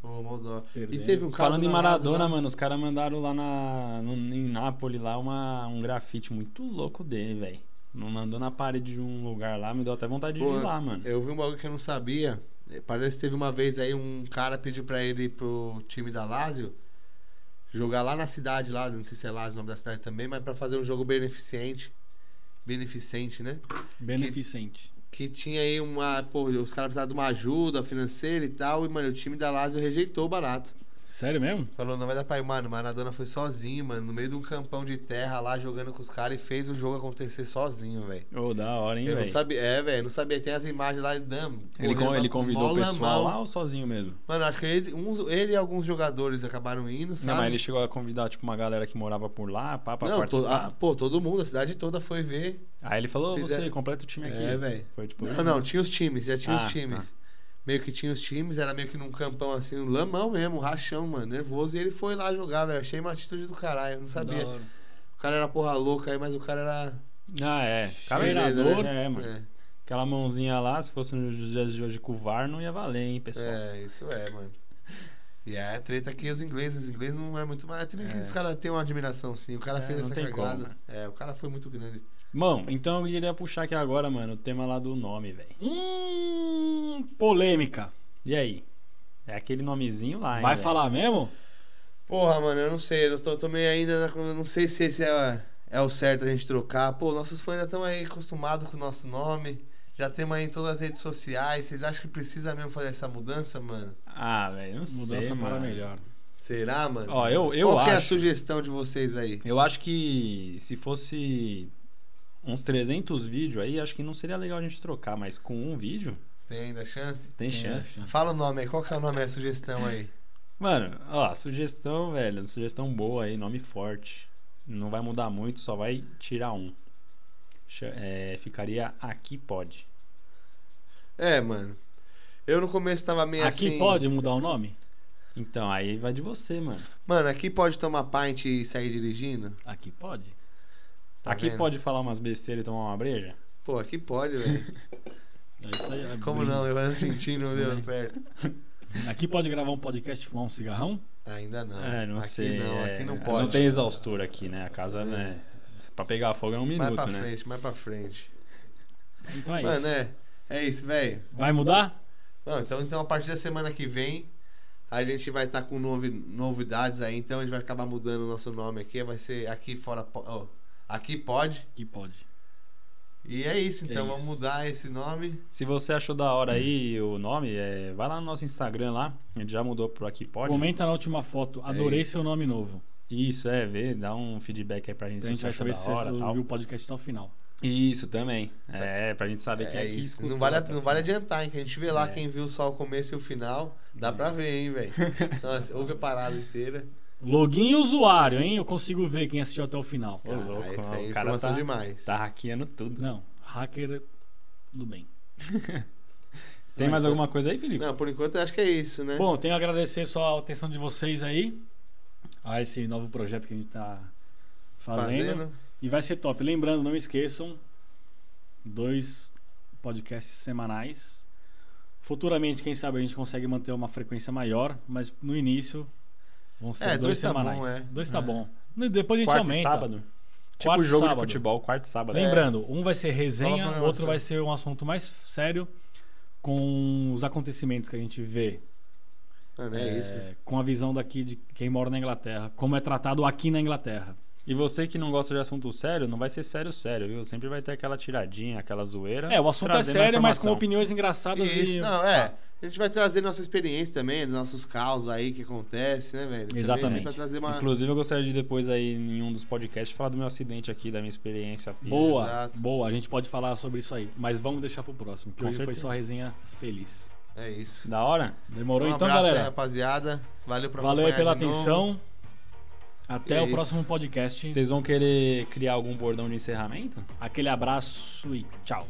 Speaker 1: Ô, mó dó.
Speaker 2: Perdendo.
Speaker 1: E teve um caso
Speaker 3: Falando em
Speaker 1: na
Speaker 3: Maradona,
Speaker 1: Lazio, né?
Speaker 3: mano, os caras mandaram lá na, no- em Nápoles lá uma, um grafite muito louco dele, velho. Não mandou na parede de um lugar lá, me deu até vontade de ir
Speaker 1: Pô,
Speaker 3: lá, mano.
Speaker 1: Eu vi um bagulho que eu não sabia. Eh, Parece que teve uma vez aí um cara pediu pra ele ir pro time da Lazio jogar lá na cidade, lá, não sei se é Lazio o nome da cidade também, mas pra fazer um jogo beneficente. Beneficente, né?
Speaker 2: beneficente.
Speaker 1: Que tinha aí uma. Pô, os caras precisavam de uma ajuda financeira e tal. E, mano, o time da Lazio rejeitou o barato.
Speaker 2: Sério mesmo?
Speaker 1: Falou, não vai dar pra ir, mano. Maradona foi sozinho, mano, no meio de um campão de terra lá jogando com os caras e fez o jogo acontecer sozinho, velho.
Speaker 3: Ô, da hora, hein,
Speaker 1: Eu não
Speaker 3: velho.
Speaker 1: sabia, é, velho, não sabia. Tem as imagens lá, ele dando.
Speaker 3: Ele, con- ele convidou o pessoal lá
Speaker 1: lá.
Speaker 3: ou sozinho mesmo?
Speaker 1: Mano, acho que ele, uns- ele e alguns jogadores acabaram indo, sabe?
Speaker 3: Não, mas ele chegou a convidar, tipo, uma galera que morava por lá, pá, pra
Speaker 1: Não, to-
Speaker 3: participar.
Speaker 1: ah, pô, todo mundo, a cidade toda foi ver.
Speaker 3: Aí ele falou,
Speaker 1: Fizeram-
Speaker 3: você, completa o time aqui.
Speaker 1: É, velho.
Speaker 3: Foi tipo...
Speaker 1: Não, não, tinha os times, já tinha
Speaker 3: Ah,
Speaker 1: os times. Meio que tinha os times, era meio que num campão assim, um lamão mesmo, um rachão, mano, nervoso. E ele foi lá jogar, velho. Achei uma atitude do caralho, eu não
Speaker 3: Tá
Speaker 1: sabia.
Speaker 2: Da hora.
Speaker 1: O cara era porra louca aí, mas o cara era.
Speaker 3: Ah, é. Cara,
Speaker 2: Cheirador.
Speaker 3: vereador, É, mano.
Speaker 1: É,
Speaker 3: Aquela mãozinha lá, se fosse nos dias de hoje com o VAR, não ia valer, hein, pessoal.
Speaker 1: é, isso é, mano. E é a treta que os ingleses, os ingleses não é muito mais. Tudo bem que
Speaker 3: É.
Speaker 1: esses caras têm uma admiração, sim. O cara
Speaker 3: É,
Speaker 1: fez
Speaker 3: não
Speaker 1: essa
Speaker 3: tem
Speaker 1: cagada.
Speaker 3: como, né?
Speaker 1: É, o cara foi muito grande.
Speaker 3: Bom, então eu iria puxar aqui agora, mano, o tema lá do nome, velho.
Speaker 2: Hum, polêmica.
Speaker 3: E aí? É aquele nomezinho lá, hein?
Speaker 2: Vai
Speaker 3: velho?
Speaker 2: falar mesmo?
Speaker 1: Porra, mano, eu não sei. Eu tô, tô meio ainda. na- eu não sei se esse é, é o certo a gente trocar. Pô, nossos fãs já estão aí acostumados com o nosso nome. Já temos aí em todas as redes sociais. Vocês acham que precisa mesmo fazer essa mudança, mano?
Speaker 3: Ah, velho, não
Speaker 2: Mudança
Speaker 3: sei,
Speaker 2: para
Speaker 3: mano.
Speaker 2: melhor.
Speaker 1: Será, mano?
Speaker 3: Ó, eu, eu
Speaker 1: Qual
Speaker 3: acho.
Speaker 1: que é a sugestão de vocês aí?
Speaker 3: Eu acho que se fosse uns 300 vídeos aí, acho que não seria legal a gente trocar, mas com um vídeo,
Speaker 1: Tem ainda chance?
Speaker 3: tem
Speaker 2: Tem
Speaker 3: chance.
Speaker 2: chance.
Speaker 1: Fala o nome aí. Qual que é o nome, a sugestão aí?
Speaker 3: Mano, ó, sugestão, velho. Sugestão boa aí, nome forte. Não vai mudar muito, só vai tirar um. Cha- é, ficaria aqui pode.
Speaker 1: É, mano. Eu no começo tava
Speaker 3: É
Speaker 1: meio
Speaker 2: Aqui
Speaker 1: assim.
Speaker 2: pode mudar o nome?
Speaker 3: Então, aí vai de você, mano.
Speaker 1: Mano, aqui pode tomar pint e sair dirigindo?
Speaker 2: Aqui pode.
Speaker 1: Tá
Speaker 3: aqui
Speaker 1: vendo?
Speaker 3: pode falar umas besteiras e tomar uma breja?
Speaker 1: Pô, aqui pode, velho.
Speaker 2: É isso aí. é
Speaker 1: Como
Speaker 2: bem-
Speaker 1: não? Eu era argentino, não deu certo.
Speaker 2: Aqui pode gravar um podcast e fumar um cigarrão?
Speaker 1: Ainda não.
Speaker 3: É, não
Speaker 1: aqui
Speaker 3: sei.
Speaker 1: não,
Speaker 3: é,
Speaker 1: aqui não pode.
Speaker 3: Não tem exaustor aqui, né? A casa, né? Pra pegar fogo é um
Speaker 1: mais
Speaker 3: minuto,
Speaker 1: pra
Speaker 3: né?
Speaker 1: frente, mais pra frente.
Speaker 2: Então é
Speaker 1: Mano,
Speaker 2: isso.
Speaker 1: é. É isso, velho.
Speaker 2: Vai mudar?
Speaker 1: Não, então, então, a partir da semana que vem, a gente vai estar com novi- novidades aí. Então, a gente vai acabar mudando o nosso nome aqui. Vai ser Aqui Fora... Po- ó, aqui Pode.
Speaker 2: Que pode.
Speaker 1: E é isso.
Speaker 3: É
Speaker 1: Então,
Speaker 3: isso.
Speaker 1: vamos mudar esse nome.
Speaker 3: Se você achou da hora aí o nome, é, vai lá no nosso Instagram lá. A gente já mudou pro aqui, pode. É
Speaker 2: Comenta na última foto. Adorei
Speaker 1: isso.
Speaker 2: seu nome novo.
Speaker 3: Isso, é, vê, dá um feedback aí pra gente
Speaker 2: Então a gente
Speaker 3: se
Speaker 2: vai
Speaker 3: achou
Speaker 2: saber se
Speaker 3: da hora
Speaker 2: você
Speaker 3: tal.
Speaker 2: ouviu o podcast até o final.
Speaker 3: Isso também. É, pra gente saber que
Speaker 1: É
Speaker 3: aqui
Speaker 1: isso.
Speaker 3: escutou
Speaker 1: Não vale, a-
Speaker 3: até o
Speaker 1: não vale
Speaker 3: final.
Speaker 1: adiantar, hein? Que a gente vê lá
Speaker 3: É.
Speaker 1: quem viu só o começo e o final. Dá pra ver, hein, velho? Nossa, Houve a parada inteira.
Speaker 2: Login e usuário, hein? Eu consigo ver quem assistiu até o final.
Speaker 3: Ô, louco,
Speaker 1: Ah, essa
Speaker 3: mano,
Speaker 1: aí é
Speaker 3: o cara
Speaker 1: informação
Speaker 3: tá,
Speaker 1: demais.
Speaker 3: tá hackeando tudo.
Speaker 2: Não, hacker do bem.
Speaker 3: Tem mais alguma coisa aí, Felipe?
Speaker 1: Não, por enquanto eu acho que é isso, né?
Speaker 2: Bom, tenho a agradecer só a atenção de vocês aí. A esse novo projeto que a gente tá fazendo. E vai ser top. Lembrando, não esqueçam, dois podcasts semanais. Futuramente, quem sabe, a gente consegue manter uma frequência maior, mas no início vão ser
Speaker 1: É,
Speaker 2: dois,
Speaker 1: dois tá
Speaker 2: semanais.
Speaker 1: bom, é.
Speaker 2: Dois tá
Speaker 3: É.
Speaker 2: bom. E Depois a gente
Speaker 3: Quarto e
Speaker 2: aumenta.
Speaker 3: sábado.
Speaker 2: Quarto
Speaker 3: tipo
Speaker 2: e
Speaker 3: jogo
Speaker 2: sábado.
Speaker 3: de futebol, quarto e sábado. É.
Speaker 1: Lembra-
Speaker 2: Lembrando, um vai ser
Speaker 1: Nova
Speaker 2: resenha,
Speaker 1: programação.
Speaker 2: outro vai ser um assunto mais sério com os acontecimentos que a gente vê.
Speaker 1: Mano, é,
Speaker 2: É,
Speaker 1: isso.
Speaker 2: Com a visão daqui de quem mora na Inglaterra, como é tratado aqui na Inglaterra.
Speaker 3: E você que não gosta de assunto sério, não vai ser sério, sério, viu? Sempre vai ter aquela tiradinha, aquela zoeira.
Speaker 2: É, o assunto é
Speaker 3: trazendo a
Speaker 2: sério, mas com
Speaker 3: informação.
Speaker 2: opiniões engraçadas
Speaker 1: Isso,
Speaker 2: e.
Speaker 1: não,
Speaker 2: Tá.
Speaker 1: é. A gente vai trazer nossa experiência também, dos nossos caos aí que acontece, né, velho? Também
Speaker 2: Exatamente.
Speaker 1: sempre Pra trazer uma...
Speaker 3: Inclusive, eu gostaria de depois aí, em um dos podcasts, falar do meu acidente aqui, da minha experiência.
Speaker 2: Boa,
Speaker 1: Exato.
Speaker 2: boa. A gente pode falar sobre isso aí, mas vamos deixar pro próximo, que
Speaker 3: Com
Speaker 2: hoje
Speaker 3: certeza.
Speaker 2: foi só resenha feliz.
Speaker 1: É isso.
Speaker 3: Da hora?
Speaker 2: Demorou
Speaker 1: um
Speaker 2: então,
Speaker 1: abraço aí,
Speaker 2: galera?
Speaker 1: rapaziada. Valeu pra
Speaker 2: Valeu aí pela
Speaker 1: acompanhar de novo. É
Speaker 2: atenção. Até o
Speaker 1: Isso.
Speaker 2: próximo podcast.
Speaker 3: Vocês vão querer criar algum bordão de encerramento?
Speaker 2: Aquele abraço e tchau.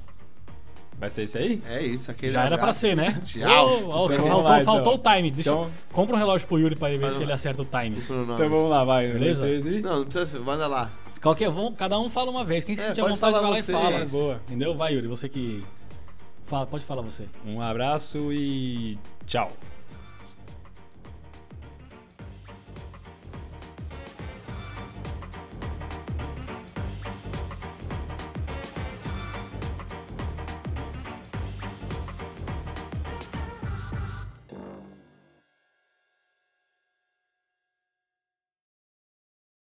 Speaker 3: Vai ser isso aí?
Speaker 1: É isso, aquele
Speaker 2: Já era pra
Speaker 1: abraço.
Speaker 2: ser, né?
Speaker 1: Tchau.
Speaker 2: Ô, ó,
Speaker 3: Então
Speaker 2: faltou
Speaker 3: vamos lá,
Speaker 2: faltou
Speaker 3: então.
Speaker 2: o time. Deixa,
Speaker 3: Então-
Speaker 2: Compra um relógio pro Yuri pra ele ver
Speaker 1: Mas
Speaker 2: se
Speaker 1: não-
Speaker 2: ele acerta o time.
Speaker 1: Pro nome.
Speaker 3: Então vamos lá, vai. um,
Speaker 2: Beleza?
Speaker 3: dois, três e-
Speaker 1: Não, não precisa. Manda lá.
Speaker 2: Qualquer um, cada um fala uma vez. Quem se
Speaker 1: É,
Speaker 2: sentir à
Speaker 1: pode
Speaker 2: vontade vai
Speaker 1: falar
Speaker 2: lá e
Speaker 1: você.
Speaker 2: fala. Boa. Entendeu? Vai, Yuri, você que. Fala, pode falar você.
Speaker 3: Um abraço e tchau.